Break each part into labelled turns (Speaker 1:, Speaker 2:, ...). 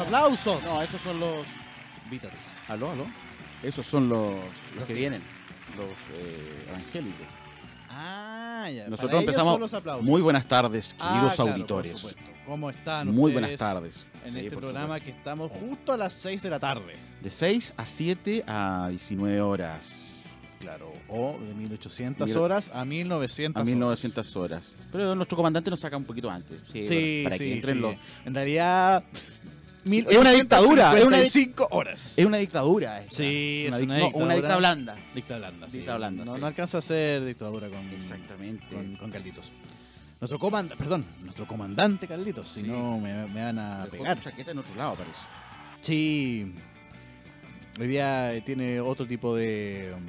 Speaker 1: aplausos.
Speaker 2: No, esos son los.
Speaker 1: Vítates.
Speaker 2: Aló, aló. Esos son los, los,
Speaker 1: Los
Speaker 2: que
Speaker 1: que-
Speaker 2: vienen, los eh, evangélicos.
Speaker 1: Ah, ya.
Speaker 2: Nosotros empezamos. Muy buenas tardes,
Speaker 1: Ah,
Speaker 2: queridos auditores.
Speaker 1: ¿Cómo están
Speaker 2: Muy
Speaker 1: ustedes
Speaker 2: buenas tardes.
Speaker 1: En
Speaker 2: Sí,
Speaker 1: este
Speaker 2: por
Speaker 1: programa que estamos justo a las 6 de la tarde.
Speaker 2: supuesto. De 6 a 7 a 19 horas.
Speaker 1: Claro. O de 1800
Speaker 2: Mil-
Speaker 1: horas a 1900
Speaker 2: A
Speaker 1: horas.
Speaker 2: 1900 horas. Pero nuestro comandante nos saca un poquito antes.
Speaker 1: Sí,
Speaker 2: bueno, para
Speaker 1: sí,
Speaker 2: que entren
Speaker 1: sí.
Speaker 2: los-
Speaker 1: En realidad...
Speaker 2: es una dictadura, es una dic-
Speaker 1: 5 horas.
Speaker 2: Es una dictadura. esta.
Speaker 1: Sí, es una
Speaker 2: dic- no,
Speaker 1: dictadura.
Speaker 2: dicta blanda.
Speaker 1: Dicta blanda, sí.
Speaker 2: Dicta blanda,
Speaker 1: no,
Speaker 2: sí.
Speaker 1: no alcanza a ser dictadura con,
Speaker 2: Exactamente.
Speaker 1: con, con Carlitos. Nuestro comandante, perdón, nuestro comandante Carlitos, si
Speaker 2: Sí.
Speaker 1: no me, me van a
Speaker 2: Dejó
Speaker 1: pegar.
Speaker 2: su chaqueta en otro lado, parece.
Speaker 1: Sí. Hoy día eh, tiene otro tipo de. um,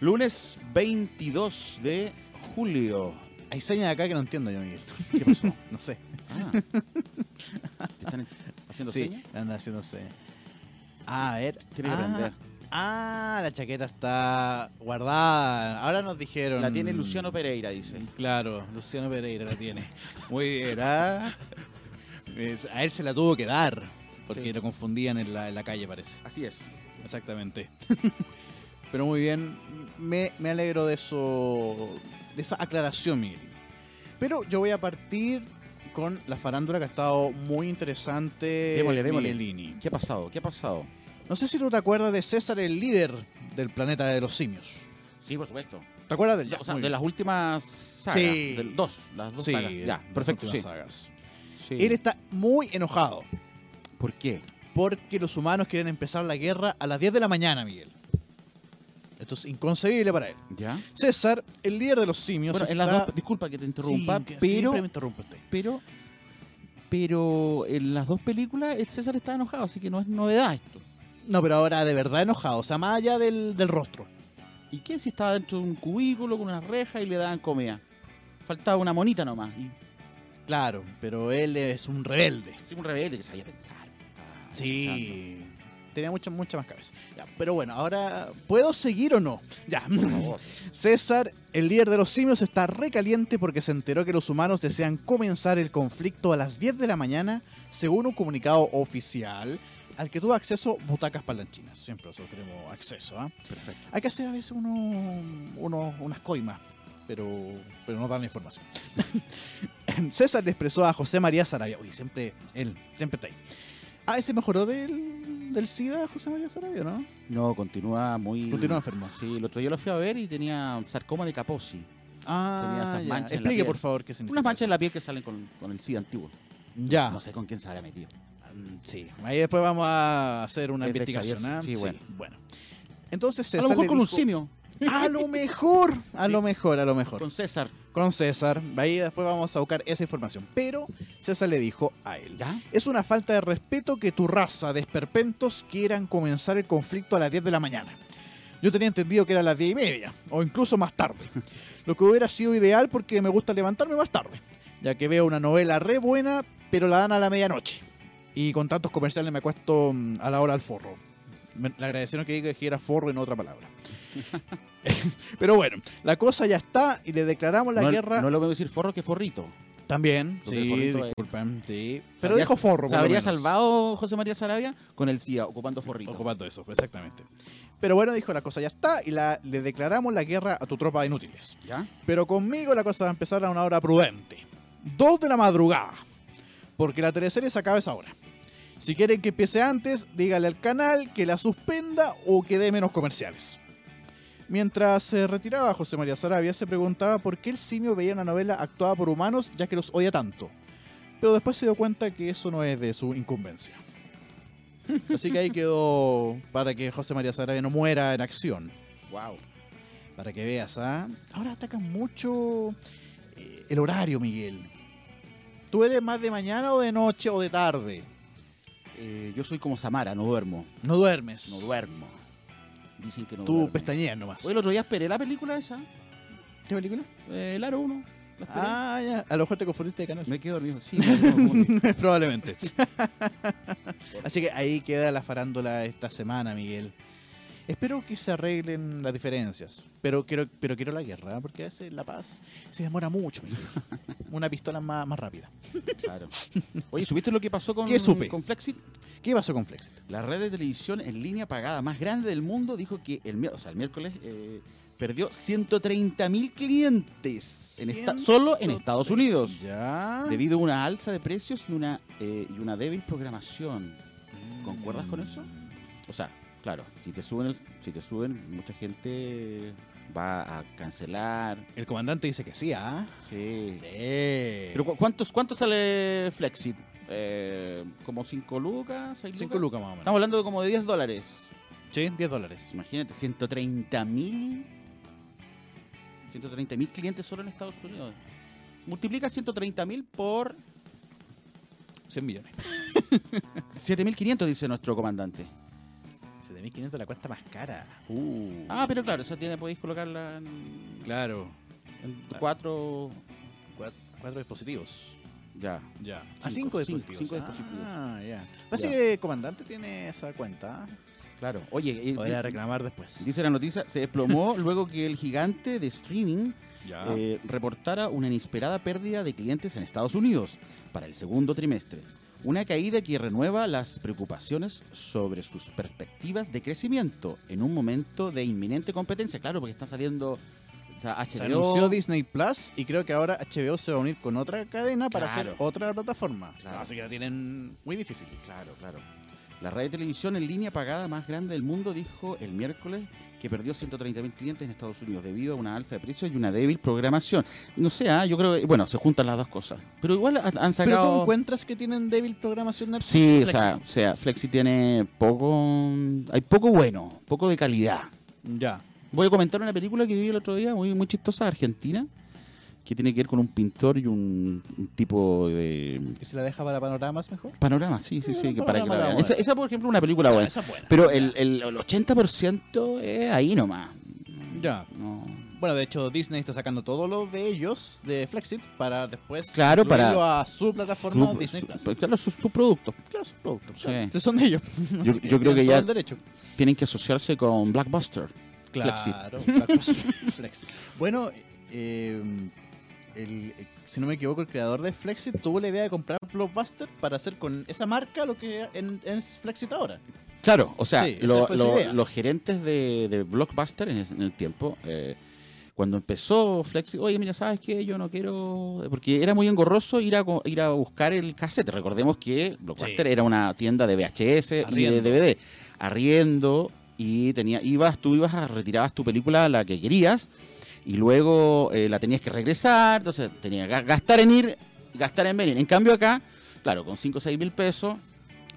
Speaker 2: Lunes 22 de julio.
Speaker 1: hay señas acá que no entiendo yo, Miguel.
Speaker 2: ¿Qué pasó?
Speaker 1: No sé.
Speaker 2: Ah. ¿Te están haciendo
Speaker 1: Sí,
Speaker 2: señas?
Speaker 1: anda haciendo señas. Ah, a ver.
Speaker 2: Tiene que
Speaker 1: ah,
Speaker 2: aprender.
Speaker 1: Ah, la chaqueta está guardada. Ahora nos dijeron.
Speaker 2: La tiene Luciano Pereira, dice.
Speaker 1: Claro, Luciano Pereira la tiene. Muy bien. ah. Es- A él se la tuvo que dar. Porque
Speaker 2: Sí.
Speaker 1: lo confundían en la, en la calle, parece.
Speaker 2: Así es.
Speaker 1: Exactamente. Pero muy bien, me, me alegro de eso, de esa aclaración, Miguel. Pero yo voy a partir con la farándula que ha estado muy interesante,
Speaker 2: Démosle, démosle.
Speaker 1: Miguelini.
Speaker 2: ¿Qué ha pasado? ¿Qué ha pasado?
Speaker 1: No sé si tú te acuerdas de César, el líder del planeta de los simios.
Speaker 2: Sí, por supuesto.
Speaker 1: ¿Te acuerdas del
Speaker 2: Ya, o sea, de las últimas sagas.
Speaker 1: Sí.
Speaker 2: del- dos, las dos
Speaker 1: Sí,
Speaker 2: sagas.
Speaker 1: de
Speaker 2: Ya,
Speaker 1: las
Speaker 2: perfecto,
Speaker 1: últimas
Speaker 2: sí.
Speaker 1: sagas.
Speaker 2: Sí.
Speaker 1: Él está muy enojado
Speaker 2: ¿Por qué?
Speaker 1: porque los humanos quieren empezar la guerra a las 10 de la mañana, Miguel. Esto es inconcebible para él.
Speaker 2: ¿Ya?
Speaker 1: César, el líder de los simios,
Speaker 2: Bueno, en las
Speaker 1: está-
Speaker 2: dos- disculpa que te interrumpa,
Speaker 1: Sí, que
Speaker 2: pero,
Speaker 1: siempre me interrumpe usted.
Speaker 2: pero, pero en las dos películas el César está enojado, así que no es novedad esto.
Speaker 1: No, pero ahora de verdad enojado, o sea, más allá del, del rostro.
Speaker 2: ¿Y qué si estaba dentro de un cubículo con una reja y le daban comida? Faltaba una monita nomás. Y
Speaker 1: Claro, pero él es un rebelde.
Speaker 2: sí, un rebelde que sabía pensar. estaba pensando.
Speaker 1: Sí. Tenía mucha, mucha más cabeza. Ya, pero bueno, ahora, ¿puedo seguir o no? Ya.
Speaker 2: Por favor.
Speaker 1: César, el líder de los simios, está recaliente porque se enteró que los humanos desean comenzar el conflicto a las 10 de la mañana, según un comunicado oficial al que tuvo acceso Butacas Palanchinas. Siempre nosotros tenemos acceso, ¿ah?
Speaker 2: Perfecto.
Speaker 1: Hay que hacer a veces uno, uno- unas coimas, pero, pero no dan la información. César le expresó a José María Sarabia. Uy, siempre él, siempre está ahí. Ah, ese mejoró del, del SIDA José María Sarabia, ¿no?
Speaker 2: No, continúa muy...
Speaker 1: Continúa enfermo.
Speaker 2: Sí, el otro día lo fui a ver y tenía sarcoma de Kaposi.
Speaker 1: Ah,
Speaker 2: esas
Speaker 1: ya.
Speaker 2: manchas en la
Speaker 1: Explique,
Speaker 2: piel.
Speaker 1: por favor, qué significa.
Speaker 2: Unas manchas en
Speaker 1: eso.
Speaker 2: la piel que salen con, con el SIDA antiguo.
Speaker 1: Ya.
Speaker 2: No sé con quién se habrá metido.
Speaker 1: Mm, Sí. Ahí después vamos a hacer una
Speaker 2: Es de
Speaker 1: investigación.
Speaker 2: Xavier,
Speaker 1: ¿ah?
Speaker 2: sí, bueno.
Speaker 1: Entonces
Speaker 2: A
Speaker 1: César.
Speaker 2: lo mejor
Speaker 1: le
Speaker 2: con un
Speaker 1: dijo-
Speaker 2: simio.
Speaker 1: A lo mejor, a
Speaker 2: Sí.
Speaker 1: lo mejor, a lo mejor.
Speaker 2: Con César.
Speaker 1: con César. Ahí después vamos a buscar esa información. Pero César le dijo a él.
Speaker 2: ¿Ya?
Speaker 1: Es una falta de respeto que tu raza de esperpentos quieran comenzar el conflicto a las 10 de la mañana. Yo tenía entendido que era a las 10 y media, o incluso más tarde. Lo que hubiera sido ideal porque me gusta levantarme más tarde, ya que veo una novela re buena, pero la dan a la medianoche. Y con tantos comerciales me acuesto mm, a la hora al forro. Me- Le agradecieron que diga que era forro y no otra palabra. pero bueno, la cosa ya está y le declaramos la
Speaker 2: no,
Speaker 1: guerra.
Speaker 2: No lo veo decir forro que forrito.
Speaker 1: También,
Speaker 2: Porque
Speaker 1: sí,
Speaker 2: forrito es-
Speaker 1: disculpen, sí. Pero
Speaker 2: Habría-
Speaker 1: dijo forro. por
Speaker 2: Se
Speaker 1: lo
Speaker 2: habría
Speaker 1: menos.
Speaker 2: salvado José María Sarabia con el SIDA, ocupando forrito.
Speaker 1: Ocupando eso, exactamente. Pero bueno, dijo la cosa ya está y la, le declaramos la guerra a tu tropa de inútiles.
Speaker 2: ¿Ya?
Speaker 1: Pero conmigo la cosa va a empezar a una hora prudente. Dos de la madrugada. Porque la teleserie se acaba a esa hora. Si quieren que empiece antes, dígale al canal que la suspenda o que dé menos comerciales. Mientras se retiraba José María Sarabia, se preguntaba por qué el simio veía una novela actuada por humanos ya que los odia tanto. Pero después se dio cuenta que eso no es de su incumbencia. Así que ahí quedó para que José María Sarabia no muera en acción.
Speaker 2: Wow.
Speaker 1: Para que veas, ¿ah? Ahora atacan mucho eh, el horario, Miguel. ¿Tú eres más de mañana o de noche o de tarde?
Speaker 2: Eh, yo soy como Samara, no duermo.
Speaker 1: No duermes.
Speaker 2: No duermo. Dicen que no
Speaker 1: Tú
Speaker 2: duermo.
Speaker 1: pestañeas nomás.
Speaker 2: Hoy el otro día esperé la película esa,
Speaker 1: ¿Qué película?
Speaker 2: eh, El Aro 1. La esperé.
Speaker 1: Ah, ya. A lo mejor te confundiste de canal.
Speaker 2: Me quedo dormido. Sí, me quedo dormido.
Speaker 1: Probablemente. Así que ahí queda la farándula esta semana, Miguel. Espero que se arreglen las diferencias, pero quiero, pero quiero la guerra, porque a veces la paz se demora mucho. mi hijo. Una pistola más, más rápida.
Speaker 2: Claro. Oye, ¿supiste lo que pasó con,
Speaker 1: ¿Qué supe?
Speaker 2: con Flexit?
Speaker 1: ¿Qué pasó con Flexit?
Speaker 2: La red de televisión en línea pagada más grande del mundo dijo que el, mier- o sea, el miércoles eh, perdió 130 mil clientes en esta- solo en Estados Unidos
Speaker 1: Ya.
Speaker 2: debido a una alza de precios y una, eh, y una débil programación. ¿Concuerdas con eso? O sea, claro, si te suben, el- si te suben mucha gente va a cancelar.
Speaker 1: El comandante dice que sí, ¿ah?
Speaker 2: Sí.
Speaker 1: Sí.
Speaker 2: ¿Pero cu- cuántos, cuánto sale Flexit? Eh, ¿Como 5 lucas? 6
Speaker 1: 5 lucas más o menos.
Speaker 2: Estamos hablando de como de 10 dólares.
Speaker 1: Sí, 10 dólares.
Speaker 2: Imagínate, 130 mil. 130 mil clientes solo en Estados Unidos. Multiplica 130 mil por
Speaker 1: 100 millones.
Speaker 2: 7.500, dice nuestro comandante.
Speaker 1: 7500 la cuesta más cara.
Speaker 2: Ah, pero claro, esa tiene, podéis colocarla en,
Speaker 1: Uh, Claro.
Speaker 2: en cuatro.
Speaker 1: Cuatro, dispositivos.
Speaker 2: Ya.
Speaker 1: Ya.
Speaker 2: Cinco,
Speaker 1: ah, cinco
Speaker 2: cinco,
Speaker 1: dispositivos.
Speaker 2: cinco dispositivos.
Speaker 1: Ah, ya. Parece
Speaker 2: Ya.
Speaker 1: que el comandante tiene esa cuenta.
Speaker 2: Claro. Oye, eh,
Speaker 1: Podría
Speaker 2: di-
Speaker 1: reclamar después.
Speaker 2: dice la noticia, se desplomó luego que el gigante de streaming
Speaker 1: Ya.
Speaker 2: eh, reportara una inesperada pérdida de clientes en Estados Unidos para el segundo trimestre. Una caída que renueva las preocupaciones sobre sus perspectivas de crecimiento en un momento de inminente competencia. Claro, porque está saliendo o sea, HBO.
Speaker 1: se anunció Disney Plus y creo que ahora HBO se va a unir con otra cadena para hacer
Speaker 2: Claro.
Speaker 1: otra plataforma.
Speaker 2: Claro.
Speaker 1: Así que la tienen muy difícil.
Speaker 2: Claro, claro. La red de televisión en línea pagada más grande del mundo dijo el miércoles que perdió 130.000 clientes en Estados Unidos debido a una alza de precios y una débil programación. No sé, ah, yo creo que, bueno, se juntan las dos cosas. Pero igual han han
Speaker 1: Pero tú
Speaker 2: sacado...
Speaker 1: encuentras que tienen débil programación Netflix.
Speaker 2: Sí, o
Speaker 1: Flexi.
Speaker 2: sea, o sea, Flexi tiene poco... Hay poco bueno, poco de calidad.
Speaker 1: Ya.
Speaker 2: Voy a comentar una película que vi el otro día, muy, muy chistosa, argentina, que tiene que ver con un pintor y un, un tipo de...
Speaker 1: ¿Y si la deja para panoramas mejor?
Speaker 2: Panorama, sí, sí, sí, que para que la
Speaker 1: Eh, Panorama la
Speaker 2: vean.
Speaker 1: buena.
Speaker 2: Esa, esa, por ejemplo, es una película buena.
Speaker 1: Esa es buena.
Speaker 2: Ah, Pero el, el, el 80% es ahí nomás.
Speaker 1: Ya.
Speaker 2: No.
Speaker 1: Bueno, de hecho, Disney está sacando todo lo de ellos, de Flexit, para después
Speaker 2: Claro,
Speaker 1: incluirlo
Speaker 2: para-
Speaker 1: a su plataforma
Speaker 2: Su-
Speaker 1: Disney
Speaker 2: su-
Speaker 1: Plus.
Speaker 2: pues, claro, sus sus productos.
Speaker 1: Claro, sus productos.
Speaker 2: Sí.
Speaker 1: Entonces son de ellos. Así
Speaker 2: Yo- yo creo
Speaker 1: tienen todo
Speaker 2: que ya-
Speaker 1: el derecho.
Speaker 2: Tienen que asociarse con Blackbuster. Flexit.
Speaker 1: Claro. Blackbuster, Flexit. Bueno, eh, el- eh, si no me equivoco, el creador de Flexit tuvo la idea de comprar Blockbuster para hacer con esa marca lo que en- es Flexit ahora.
Speaker 2: Claro, o sea,
Speaker 1: Sí, esa
Speaker 2: lo-
Speaker 1: fue su
Speaker 2: lo-
Speaker 1: idea.
Speaker 2: los gerentes de, de Blockbuster en, ese- en el tiempo, eh, cuando empezó Flexi, oye, mira, ¿sabes qué? Yo no quiero... Porque era muy engorroso ir a, co- ir a buscar el cassette. Recordemos que Blockbuster
Speaker 1: Sí.
Speaker 2: era una tienda de VHS eh, y
Speaker 1: Arriendo.
Speaker 2: de DVD. Arriendo y tenía, ibas, tú ibas, a, retirabas tu película, la que querías, y luego eh, la tenías que regresar, entonces tenías que gastar en ir, gastar en venir. En cambio acá, claro, con 5 o 6 mil pesos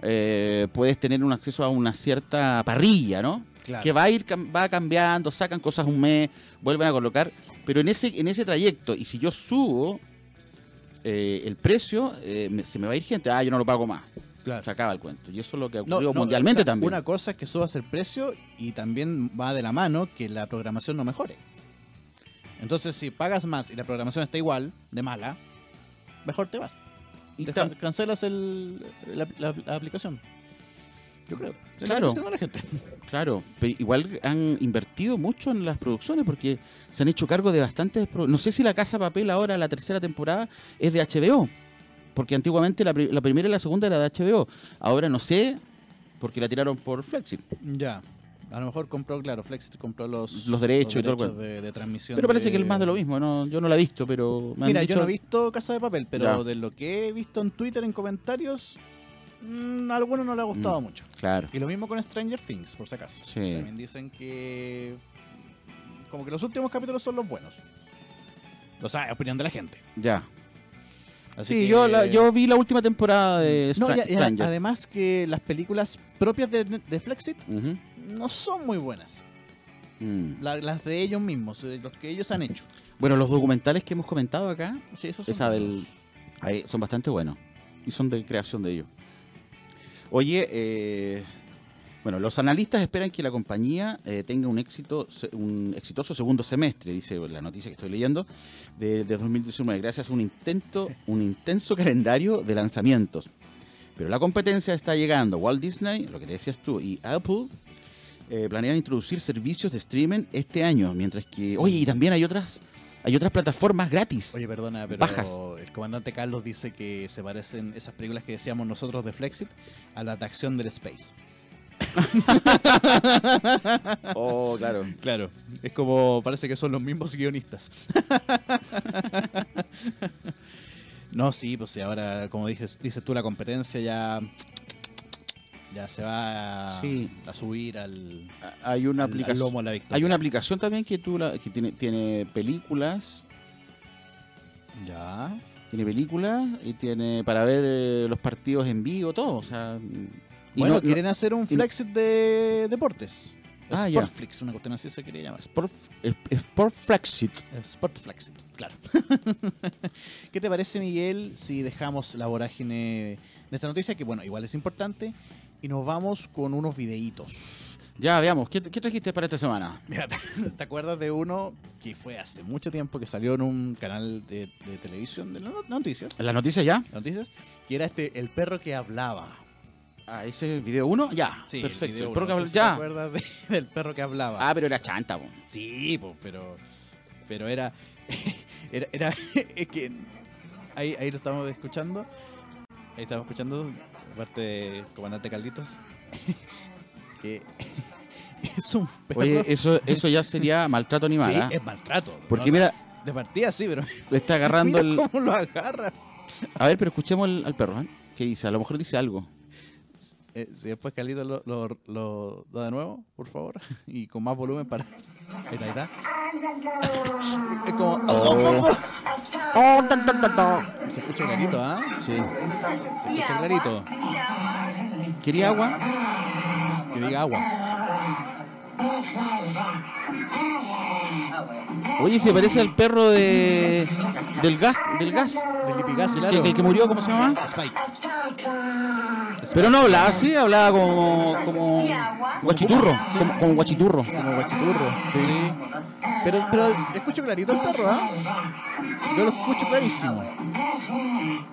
Speaker 2: eh, puedes tener un acceso a una cierta parrilla, ¿no?
Speaker 1: Claro.
Speaker 2: Que va a ir cam- va cambiando, sacan cosas un mes, vuelven a colocar, pero en ese en ese trayecto y si yo subo eh, el precio eh, me- se me va a ir gente, ah, yo no lo pago más.
Speaker 1: Claro.
Speaker 2: Se acaba el cuento. Y eso es lo que
Speaker 1: No,
Speaker 2: ocurrió
Speaker 1: no,
Speaker 2: mundialmente
Speaker 1: o sea,
Speaker 2: también.
Speaker 1: Una cosa es que subas el precio y también va de la mano que la programación no mejore. Entonces, si pagas más y la programación está igual, de mala, mejor te vas.
Speaker 2: Y
Speaker 1: Te
Speaker 2: tam-
Speaker 1: can- cancelas el- la, la- la aplicación. Yo creo. Es lo que
Speaker 2: Claro.
Speaker 1: está haciendo la gente.
Speaker 2: Claro, pero igual han invertido mucho en las producciones porque se han hecho cargo de bastantes. pro- No sé si La Casa Papel ahora, la tercera temporada, es de HBO. Porque antiguamente la, pri- la primera y la segunda era de HBO. Ahora no sé, porque la tiraron por Flexi.
Speaker 1: Ya. A lo mejor compró, claro, Flex compró los,
Speaker 2: Los derechos y todo el cuento.
Speaker 1: de, de transmisión.
Speaker 2: Pero parece
Speaker 1: de-
Speaker 2: que es más de lo mismo. No, yo no la he visto, pero. me han
Speaker 1: Mira,
Speaker 2: dicho-
Speaker 1: yo no he visto Casa de Papel, pero
Speaker 2: Ya.
Speaker 1: de lo que he visto en Twitter, en comentarios, mm, a alguno no le ha gustado mucho.
Speaker 2: Claro.
Speaker 1: Y lo mismo con Stranger Things, por si acaso.
Speaker 2: Sí.
Speaker 1: También dicen que. Como que los últimos capítulos son los buenos. O sea, opinión de la gente.
Speaker 2: Ya.
Speaker 1: Así
Speaker 2: sí,
Speaker 1: que-
Speaker 2: yo, la- yo vi la última temporada de
Speaker 1: No,
Speaker 2: Stra-
Speaker 1: y- y a-
Speaker 2: Stranger.
Speaker 1: además que las películas propias de, de Flexit
Speaker 2: Ujú.
Speaker 1: no son muy buenas.
Speaker 2: Mm.
Speaker 1: La- las de ellos mismos, eh, los que ellos han hecho.
Speaker 2: Bueno, los documentales que hemos comentado acá
Speaker 1: Sí, esos son
Speaker 2: Esa del.
Speaker 1: buenos.
Speaker 2: ahí, son bastante buenos. Y son de creación de ellos. Oye, eh, bueno, los analistas esperan que la compañía eh, tenga un éxito, se- un exitoso segundo semestre, dice la noticia que estoy leyendo, de, de 2019, gracias a un intento, un intenso calendario de lanzamientos. Pero la competencia está llegando. Walt Disney, lo que decías tú, y Apple eh, planean introducir servicios de streaming este año, mientras que, oye, y también hay otras, hay otras plataformas gratis.
Speaker 1: Oye, perdona, pero
Speaker 2: Bajas.
Speaker 1: el comandante Carlos dice que se parecen esas películas que decíamos nosotros de Flexit a la de acción del Space.
Speaker 2: Oh, claro.
Speaker 1: Claro, es como parece que son los mismos guionistas. no, sí, pues sí, ahora, como dices, dices tú, la competencia ya, ya se va a,
Speaker 2: Sí.
Speaker 1: a subir al,
Speaker 2: Hay una
Speaker 1: al- al
Speaker 2: aplicación.
Speaker 1: lomo a la victoria.
Speaker 2: Hay una aplicación también que tú la- que tiene, tiene películas,
Speaker 1: Ya.
Speaker 2: tiene películas y tiene para ver eh, los partidos en vivo, todo, o sea, y
Speaker 1: bueno,
Speaker 2: no- no-
Speaker 1: quieren hacer un
Speaker 2: y no-
Speaker 1: Flexit de deportes.
Speaker 2: Ah, ya.
Speaker 1: Sportflix, una cuestión así se quería llamar.
Speaker 2: Sport, Sport Flexit.
Speaker 1: Sportflexit, claro. ¿Qué te parece, Miguel, si dejamos la vorágine de esta noticia, que bueno, igual es importante, y nos vamos con unos videitos?
Speaker 2: Ya, veamos, ¿qué, qué trajiste para esta semana?
Speaker 1: Mira, ¿te acuerdas de uno que fue hace mucho tiempo que salió en un canal de, de televisión de las no- noticias?
Speaker 2: ¿Las noticias ya?
Speaker 1: las Noticias, que era este, el perro que hablaba.
Speaker 2: Ah, ese es video 1, ya.
Speaker 1: Sí, el
Speaker 2: perfecto.
Speaker 1: video
Speaker 2: el
Speaker 1: uno,
Speaker 2: programa-
Speaker 1: no sé si ¿Te
Speaker 2: ya.
Speaker 1: acuerdas de- del perro que hablaba?
Speaker 2: Ah, pero era chanta, po.
Speaker 1: Sí, po, pero, pero era, era, era- es que ahí, ahí lo estamos escuchando, ahí estamos escuchando, aparte de comandante Calditos, que es un perro.
Speaker 2: Oye, eso, eso ya sería maltrato animal.
Speaker 1: sí,
Speaker 2: ¿ah?
Speaker 1: es maltrato.
Speaker 2: Porque
Speaker 1: ¿no? O
Speaker 2: mira,
Speaker 1: sea, de partida sí, pero
Speaker 2: está agarrando
Speaker 1: mira
Speaker 2: el.
Speaker 1: cómo lo agarra.
Speaker 2: A ver, pero escuchemos al, al perro, ¿eh? ¿Qué dice? A lo mejor dice algo.
Speaker 1: Eh, si después Calditos lo, lo, lo da de nuevo, por favor, y con más volumen para... Ahí está, ahí está. Es como... oh, Se escucha clarito, ¿ah?
Speaker 2: Sí.
Speaker 1: Se escucha clarito.
Speaker 2: ¿Quería agua?
Speaker 1: Que diga agua.
Speaker 2: Oye, se parece al perro de. del gas. Del gas.
Speaker 1: Del Lipigas,
Speaker 2: Que,
Speaker 1: claro.
Speaker 2: que el que murió, ¿ah? ¿cómo se llama?
Speaker 1: Spike.
Speaker 2: Pero no hablaba así, hablaba como. como. guachiturro. Como, como guachiturro.
Speaker 1: Como guachiturro. Sí. Pero, pero escucho clarito el perro, ¿ah? Yo lo escucho clarísimo.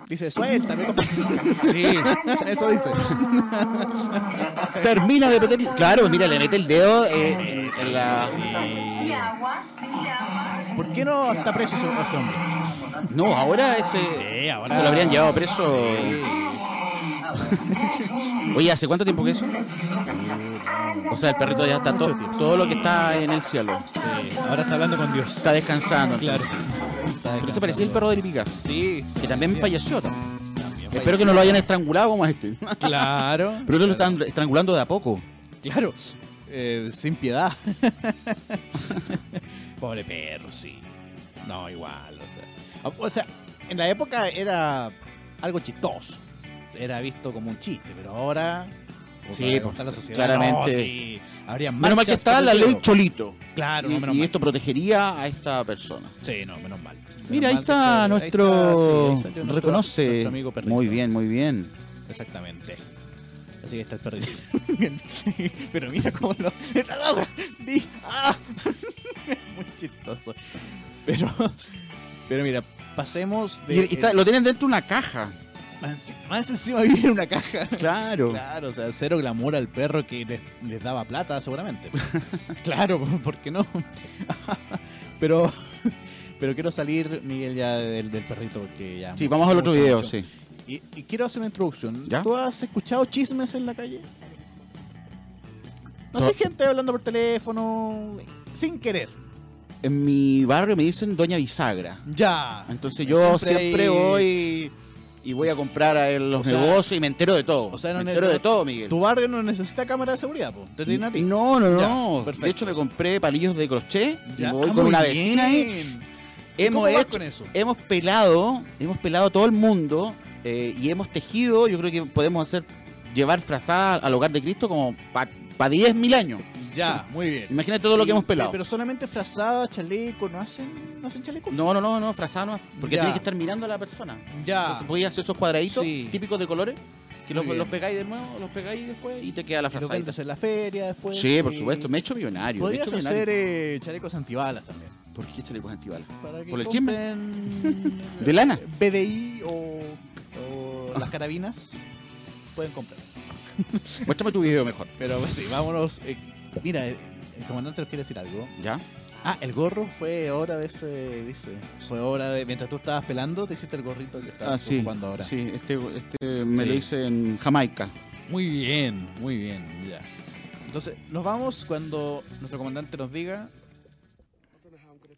Speaker 1: Dice, suéltame, compadre.
Speaker 2: Sí.
Speaker 1: Eso dice.
Speaker 2: Termina de meter. Claro, mira, le mete el dedo eh, eh, en la.
Speaker 1: ¿Por qué no está preso ese, ese hombre?
Speaker 2: No, ahora ese.
Speaker 1: Sí,
Speaker 2: Se lo habrían llevado preso. Oye, ¿hace cuánto tiempo que eso? O sea, el perrito ya está todo, todo lo que está en el cielo.
Speaker 1: Sí, ahora está hablando con Dios.
Speaker 2: Está descansando.
Speaker 1: Claro.
Speaker 2: Pero se parecía el perro de Lipigas,
Speaker 1: Sí, sí,
Speaker 2: que también falleció.
Speaker 1: también
Speaker 2: Espero que no lo hayan estrangulado como a este.
Speaker 1: Claro.
Speaker 2: Pero ellos lo están estrangulando de a poco.
Speaker 1: Claro, eh, sin piedad. Pobre perro, sí. No, igual, o sea. Ah, O- O sea, en la época era algo chistoso. Era visto como un chiste, pero ahora.
Speaker 2: Sí,
Speaker 1: para
Speaker 2: pues,
Speaker 1: cómo está la sociedad.
Speaker 2: claramente.
Speaker 1: no, sí, habría
Speaker 2: Menos mal que
Speaker 1: marchas
Speaker 2: está
Speaker 1: por
Speaker 2: la
Speaker 1: el
Speaker 2: ley
Speaker 1: dedo.
Speaker 2: Cholito.
Speaker 1: Claro, no, menos
Speaker 2: Y, y
Speaker 1: mal.
Speaker 2: esto protegería a esta persona.
Speaker 1: Sí, no, menos mal. Menos
Speaker 2: Mira, ahí
Speaker 1: mal que
Speaker 2: está
Speaker 1: esto- ahí está, sí,
Speaker 2: nuestro.
Speaker 1: ahí salió nuestro-
Speaker 2: Reconoce.
Speaker 1: nuestro amigo perrito.
Speaker 2: Muy bien, muy bien.
Speaker 1: Exactamente. Así que está el perrito. Pero mira cómo lo. Di- ¡Ah! Muy chistoso. Pero, pero mira, pasemos de.
Speaker 2: Y, y está- lo tienen dentro de una caja.
Speaker 1: más, más encima vivir en una caja.
Speaker 2: Claro.
Speaker 1: Claro, o sea, cero glamour al perro que les, les daba plata, seguramente. claro, ¿por qué no? pero, pero quiero salir, Miguel, ya del, del perrito. Porque ya
Speaker 2: Sí,
Speaker 1: mucho,
Speaker 2: vamos al otro
Speaker 1: mucho,
Speaker 2: video,
Speaker 1: mucho.
Speaker 2: sí.
Speaker 1: Y, y quiero hacer una introducción.
Speaker 2: ¿Ya?
Speaker 1: ¿Tú has escuchado chismes en la calle? No
Speaker 2: No.
Speaker 1: sé, gente hablando por teléfono sin querer.
Speaker 2: En mi barrio me dicen Doña Bisagra.
Speaker 1: Ya.
Speaker 2: Entonces yo
Speaker 1: Siempre hay-
Speaker 2: siempre, voy y voy a comprar a los
Speaker 1: sea-
Speaker 2: negocios y me entero de todo.
Speaker 1: O sea, no
Speaker 2: me
Speaker 1: ne-
Speaker 2: entero de todo, Miguel.
Speaker 1: Tu barrio no necesita cámara de seguridad, po. Te tienen a ti.
Speaker 2: No, no,
Speaker 1: Ya,
Speaker 2: no.
Speaker 1: perfecto.
Speaker 2: de hecho, me compré palillos de crochet
Speaker 1: Ya.
Speaker 2: y voy
Speaker 1: Ah,
Speaker 2: con
Speaker 1: muy
Speaker 2: una
Speaker 1: bien.
Speaker 2: vecina ahí.
Speaker 1: ¿Y cómo
Speaker 2: Hemos,
Speaker 1: vas
Speaker 2: hecho-
Speaker 1: con eso?
Speaker 2: hemos pelado, hemos pelado a todo el mundo eh, y hemos tejido. Yo creo que podemos hacer llevar frazada al hogar de Cristo como para 10.000 años.
Speaker 1: Ya, muy bien.
Speaker 2: Imagínate todo lo que hemos pelado.
Speaker 1: Pero solamente frazada, chaleco, ¿no hacen, no hacen chalecos?
Speaker 2: No, no, no, no, frazada no, porque
Speaker 1: Ya.
Speaker 2: tienes que estar mirando a la persona.
Speaker 1: Ya.
Speaker 2: Entonces podías hacer esos cuadraditos
Speaker 1: Sí.
Speaker 2: típicos de colores, que
Speaker 1: Muy
Speaker 2: los,
Speaker 1: bien.
Speaker 2: los pegáis de nuevo, los pegáis después y te queda la
Speaker 1: Y Lo
Speaker 2: frazadita.
Speaker 1: vendes en la feria después.
Speaker 2: Sí,
Speaker 1: y-
Speaker 2: por supuesto, me he hecho millonario. me he
Speaker 1: Podrías
Speaker 2: hecho
Speaker 1: hacer
Speaker 2: millonario.
Speaker 1: eh, chalecos antibalas también.
Speaker 2: ¿Por qué chalecos antibalas?
Speaker 1: Para que
Speaker 2: ¿Por el chisme?
Speaker 1: compren
Speaker 2: ¿De lana?
Speaker 1: BDI o, o las carabinas pueden comprar.
Speaker 2: Muéstrame tu video mejor.
Speaker 1: Pero pues, sí, vámonos. eh, Mira, eh, el comandante nos quiere decir algo.
Speaker 2: ¿Ya?
Speaker 1: Ah, el gorro fue obra de ese, dice. Fue obra de. Mientras tú estabas pelando, te hiciste el gorrito que estabas
Speaker 2: Ah, sí.
Speaker 1: ocupando ahora.
Speaker 2: Sí, este, este me
Speaker 1: Sí.
Speaker 2: lo hice en Jamaica.
Speaker 1: Muy bien, muy bien, ya. Entonces, nos vamos cuando nuestro comandante nos diga.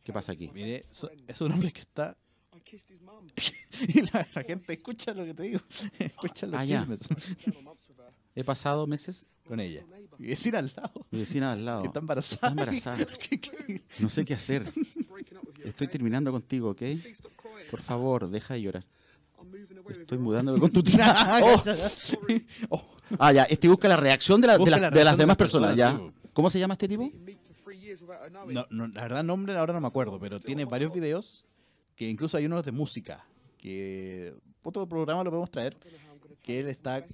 Speaker 2: ¿Qué pasa aquí?
Speaker 1: Mire, so- es un hombre que está. y la, la gente escucha lo que te digo. Escucha los
Speaker 2: Ah, ya.
Speaker 1: chismes
Speaker 2: He pasado meses,
Speaker 1: con ella. Y vecina al lado,
Speaker 2: mi vecina al
Speaker 1: que
Speaker 2: lado.
Speaker 1: está embarazada.
Speaker 2: Está embarazada.
Speaker 1: Que- que-
Speaker 2: No sé qué hacer. Estoy terminando contigo, ¿ok? Por favor, deja de llorar. Estoy mudándome con tu
Speaker 1: Ah,
Speaker 2: tía. Oh.
Speaker 1: Oh,
Speaker 2: Ah, ya. Este busca la reacción de, la- de
Speaker 1: Busca
Speaker 2: las-
Speaker 1: la
Speaker 2: de las
Speaker 1: reacción de
Speaker 2: demás
Speaker 1: las
Speaker 2: personas,
Speaker 1: personas,
Speaker 2: ¿ya? ¿Cómo se llama este tipo?
Speaker 1: no, no, la verdad, nombre ahora no me acuerdo, pero tiene varios videos que incluso hay unos de música. Que otro programa lo podemos traer. Que él está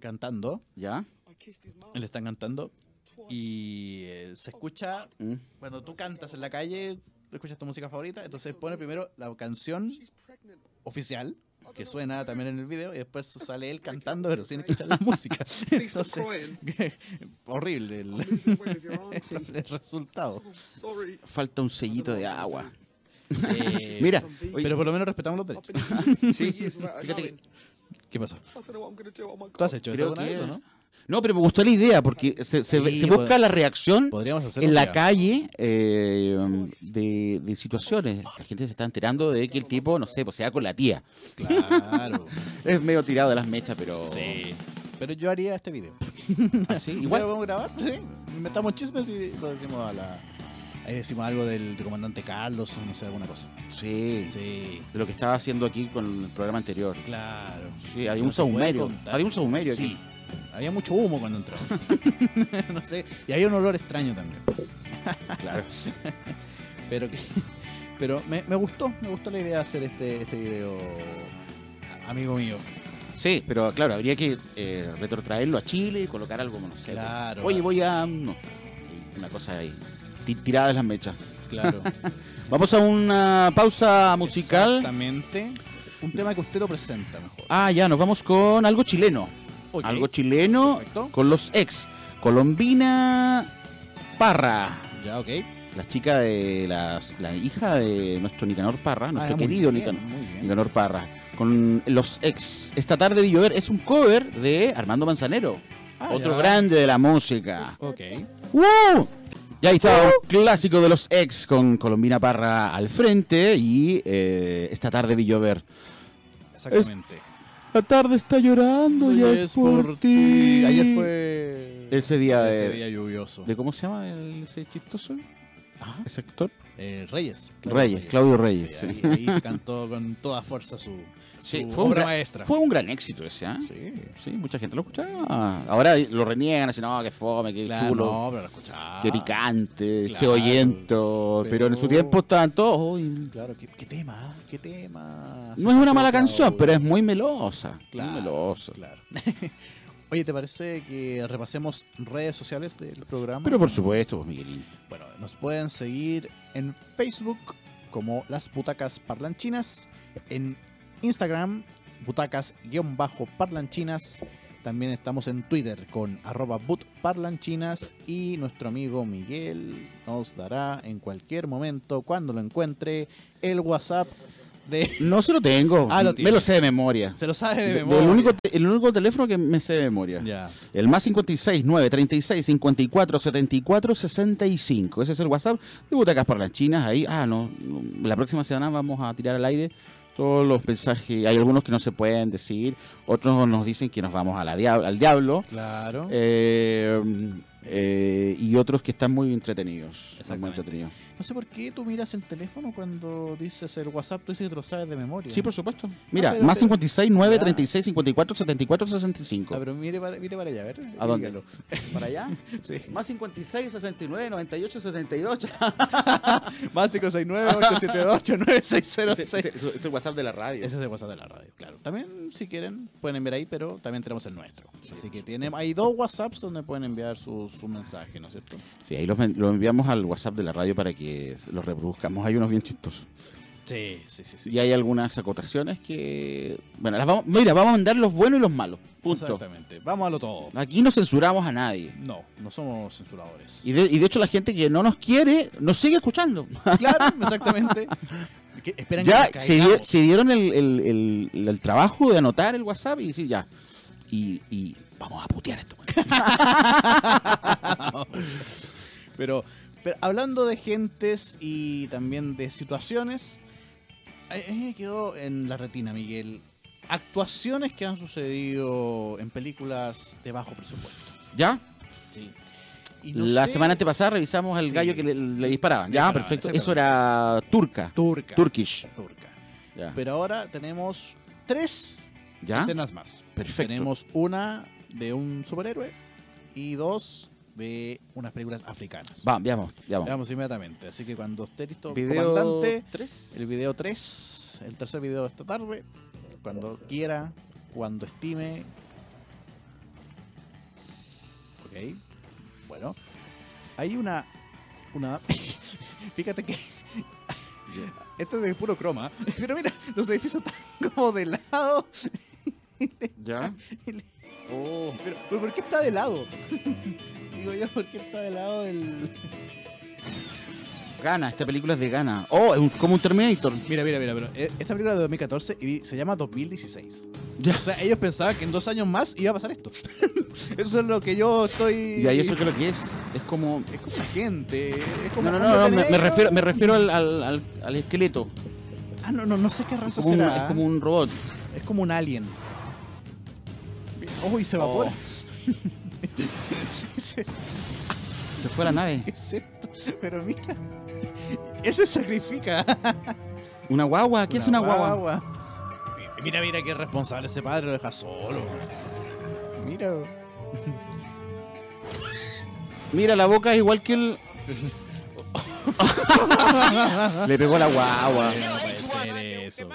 Speaker 1: cantando.
Speaker 2: ¿Ya?
Speaker 1: Le están cantando y eh, se escucha,
Speaker 2: Mm.
Speaker 1: cuando tú cantas en la calle, escuchas tu música favorita, entonces pone primero la canción oficial, que suena también en el video, y después sale él cantando, pero sin escuchar la música. Entonces, horrible el, el resultado.
Speaker 2: Falta un sellito de agua.
Speaker 1: Eh,
Speaker 2: Mira, oye,
Speaker 1: Pero por lo menos respetamos los derechos.
Speaker 2: fíjate que-
Speaker 1: ¿Qué pasó? ¿Tú has hecho eso
Speaker 2: creo
Speaker 1: alguna
Speaker 2: que-
Speaker 1: vez o no?
Speaker 2: No, pero me gustó la idea porque se, se-
Speaker 1: Sí, pues.
Speaker 2: se
Speaker 1: pod-
Speaker 2: busca la reacción
Speaker 1: Podríamos hacerlo.
Speaker 2: en la
Speaker 1: mira.
Speaker 2: calle eh, de, de situaciones. La gente se está enterando de que el tipo, no sé, pues se da con la tía.
Speaker 1: Claro.
Speaker 2: Es medio tirado de las mechas, pero.
Speaker 1: Sí. Pero yo haría este video.
Speaker 2: Así,
Speaker 1: Igual
Speaker 2: igual.
Speaker 1: lo podemos grabar, sí. Metamos chismes y lo decimos a la. Ahí decimos algo del comandante Carlos o no sé, alguna cosa.
Speaker 2: Sí.
Speaker 1: Sí,
Speaker 2: De lo que estaba haciendo aquí con el programa anterior.
Speaker 1: claro.
Speaker 2: Sí, había
Speaker 1: No
Speaker 2: un
Speaker 1: se puede
Speaker 2: saumerio.
Speaker 1: contar.
Speaker 2: Había un saumerio
Speaker 1: Sí.
Speaker 2: aquí.
Speaker 1: Había mucho humo cuando entró. no sé. Y había un olor extraño también.
Speaker 2: Ah, Claro.
Speaker 1: Pero que- pero me, me gustó, me gustó la idea de hacer este, este video, a- amigo mío.
Speaker 2: Sí, pero claro, habría que eh, retrotraerlo a Chile y colocar algo, no sé. pues.
Speaker 1: Claro.
Speaker 2: Oye, voy a. no, una cosa ahí. ti- Tirada de las mechas.
Speaker 1: Claro.
Speaker 2: Vamos a una pausa musical.
Speaker 1: Exactamente. Un tema que usted lo presenta mejor.
Speaker 2: Ah, ya, nos vamos con algo chileno.
Speaker 1: Ok.
Speaker 2: Algo chileno
Speaker 1: Perfecto.
Speaker 2: con los ex. Colombina Parra.
Speaker 1: Ya, ok.
Speaker 2: La chica de las- la, hija de nuestro Nicanor Parra, nuestro
Speaker 1: Ah, muy
Speaker 2: querido
Speaker 1: bien,
Speaker 2: Nicanor,
Speaker 1: muy bien.
Speaker 2: Nicanor Parra, con los ex. Esta tarde de llover es un cover de Armando Manzanero,
Speaker 1: Ah,
Speaker 2: otro
Speaker 1: ya. Uh.
Speaker 2: grande de la música.
Speaker 1: Ok.
Speaker 2: ¡Woo! Y ahí
Speaker 1: Uh.
Speaker 2: está un clásico de los ex con Colombina Parra al frente y eh, esta tarde de llover.
Speaker 1: Exactamente.
Speaker 2: La tarde está llorando,
Speaker 1: Y
Speaker 2: ya es, por, ti.
Speaker 1: Ayer fue.
Speaker 2: Ese día
Speaker 1: ese
Speaker 2: de-
Speaker 1: día lluvioso.
Speaker 2: ¿De cómo se llama el, ese chistoso? Ese actor.
Speaker 1: Eh, Ah. Reyes.
Speaker 2: Reyes, Claudio Reyes,
Speaker 1: Sí,
Speaker 2: sí.
Speaker 1: Ahí, ahí se cantó con toda fuerza su,
Speaker 2: Sí,
Speaker 1: su
Speaker 2: fue un,
Speaker 1: obra
Speaker 2: gran,
Speaker 1: maestra.
Speaker 2: fue un gran éxito ese, ¿ah?
Speaker 1: Sí,
Speaker 2: Sí, mucha gente lo escuchaba. Ahora lo reniegan, así, no, que fome, que
Speaker 1: claro,
Speaker 2: chulo,
Speaker 1: no, pero lo escuchaba.
Speaker 2: que picante,
Speaker 1: Claro,
Speaker 2: se oyento. Pero, en su
Speaker 1: pero-
Speaker 2: tiempo tanto.
Speaker 1: Claro, qué, qué tema, qué tema.
Speaker 2: no es una mala
Speaker 1: Claudio.
Speaker 2: canción, pero es muy melosa.
Speaker 1: Claro,
Speaker 2: Muy melosa.
Speaker 1: Claro. Oye, ¿te parece que repasemos redes sociales del programa?
Speaker 2: Pero por supuesto, pues, Miguelín.
Speaker 1: Bueno, nos pueden seguir en Facebook como Las Butacas Parlanchinas, en Instagram Butacas-Parlanchinas, también estamos en Twitter con arroba butparlanchinas y nuestro amigo Miguel nos dará en cualquier momento, cuando lo encuentre, el WhatsApp de...
Speaker 2: No se lo tengo.
Speaker 1: Ah, lo
Speaker 2: me
Speaker 1: tiene.
Speaker 2: lo sé de memoria.
Speaker 1: Se lo sabe
Speaker 2: De-
Speaker 1: de
Speaker 2: del
Speaker 1: memoria.
Speaker 2: único te- el único teléfono que me sé de memoria.
Speaker 1: Ya.
Speaker 2: El más 56 9 36 54 74 65. Ese es el WhatsApp de Butacas Parlanchinas. Ahí, ah, no. no, La próxima semana vamos a tirar al aire todos los mensajes. Hay algunos que no se pueden decir, otros nos dicen que nos vamos a la diab- al diablo.
Speaker 1: Claro.
Speaker 2: eh, eh, y otros que están muy entretenidos. Muy
Speaker 1: Exactamente.
Speaker 2: entretenidos.
Speaker 1: No sé por qué tú miras el teléfono cuando dices el WhatsApp, tú dices que te lo sabes de memoria.
Speaker 2: Sí, por supuesto. Mira,
Speaker 1: pero-
Speaker 2: más
Speaker 1: pero-
Speaker 2: 56 9
Speaker 1: Ya.
Speaker 2: 36 54 74
Speaker 1: Ah,
Speaker 2: 65.
Speaker 1: pero mire para, mire para allá, a ver.
Speaker 2: ¿A dónde?
Speaker 1: dígalo.
Speaker 2: ¿Para allá?
Speaker 1: Sí.
Speaker 2: Más 56 69 98 78.
Speaker 1: Más 569 872
Speaker 2: Ese
Speaker 1: 9606
Speaker 2: ese- es el WhatsApp de la radio.
Speaker 1: Ese es el WhatsApp de la radio, claro. También, si quieren, pueden enviar ahí, pero también tenemos el nuestro. Así que tienen, hay dos WhatsApps donde pueden enviar su, su mensaje, ¿no es cierto?
Speaker 2: Sí, ahí los, men- los enviamos al WhatsApp de la radio para que s- los reproduzcamos. Hay unos bien chistosos.
Speaker 1: Sí, sí, sí. sí.
Speaker 2: Y hay algunas acotaciones que. Bueno, las vamos, mira, vamos a mandar los buenos y los malos. Punto.
Speaker 1: Exactamente. Vamos a lo todo.
Speaker 2: Aquí no censuramos a nadie.
Speaker 1: No, no somos censuradores.
Speaker 2: Y de, y de hecho, la gente que no nos quiere nos sigue escuchando.
Speaker 1: Claro, exactamente. Que esperan
Speaker 2: ya
Speaker 1: que nos
Speaker 2: se,
Speaker 1: caigamos.
Speaker 2: dio- se dieron el, el- el- el trabajo de anotar el WhatsApp y decir ya. Y, y vamos a este putear esto.
Speaker 1: Pero, pero hablando de gentes y también de situaciones, a a mí me quedó en la retina, Miguel. Actuaciones que han sucedido en películas de bajo presupuesto.
Speaker 2: ¿Ya?
Speaker 1: Y no
Speaker 2: la
Speaker 1: sé-
Speaker 2: semana antepasada revisamos al
Speaker 1: Sí.
Speaker 2: gallo que le, le disparaban.
Speaker 1: Le
Speaker 2: Ya,
Speaker 1: disparaban,
Speaker 2: perfecto. Eso era turca.
Speaker 1: Turca.
Speaker 2: Turkish.
Speaker 1: Turca.
Speaker 2: Ya.
Speaker 1: Pero ahora tenemos tres
Speaker 2: Ah. ¿Ya?
Speaker 1: escenas más.
Speaker 2: Perfecto.
Speaker 1: Tenemos una de un superhéroe y dos de unas películas africanas.
Speaker 2: Vamos, veamos, veamos.
Speaker 1: Vamos inmediatamente. Así que cuando esté listo,
Speaker 2: Video
Speaker 1: comandante,
Speaker 2: 3.
Speaker 1: el video 3, el tercer video de esta tarde, cuando quiera, cuando estime. Ok, bueno, hay una. una fíjate que. Esto es de puro croma, pero mira, los edificios están como de lado.
Speaker 2: ¿Ya? Oh.
Speaker 1: Pero, pero ¿por qué está de lado? Digo yo, ¿por qué está de lado el.
Speaker 2: Gana, esta película es de Gana. Oh, es un- como un Terminator.
Speaker 1: Mira, mira, mira, pero eh, esta película es de 2014 y di- se llama 2016.
Speaker 2: Ya.
Speaker 1: O sea, ellos pensaban que en dos años más iba a pasar esto. eso es lo que yo estoy.
Speaker 2: Y ahí eso creo que es. Es como.
Speaker 1: Es como la gente. Es como
Speaker 2: No, no,
Speaker 1: ándate
Speaker 2: no, no, me, me
Speaker 1: negro.
Speaker 2: refiero, me refiero al, al- al- al esqueleto.
Speaker 1: Ah, no, no, no sé qué
Speaker 2: Es
Speaker 1: raza
Speaker 2: como, un,
Speaker 1: será.
Speaker 2: es como un robot.
Speaker 1: Es como un alien. Ojo, y se evapora.
Speaker 2: Oh.
Speaker 1: Dice,
Speaker 2: Se fue la nave.
Speaker 1: ¿Qué es esto? Pero mira. Él se sacrifica.
Speaker 2: Una guagua, ¿qué es una guagua?
Speaker 1: Mira, mira qué responsable ese padre lo deja solo. Mira.
Speaker 2: Mira, la boca es igual que el. Le pegó la guagua.
Speaker 1: No puede ser eso.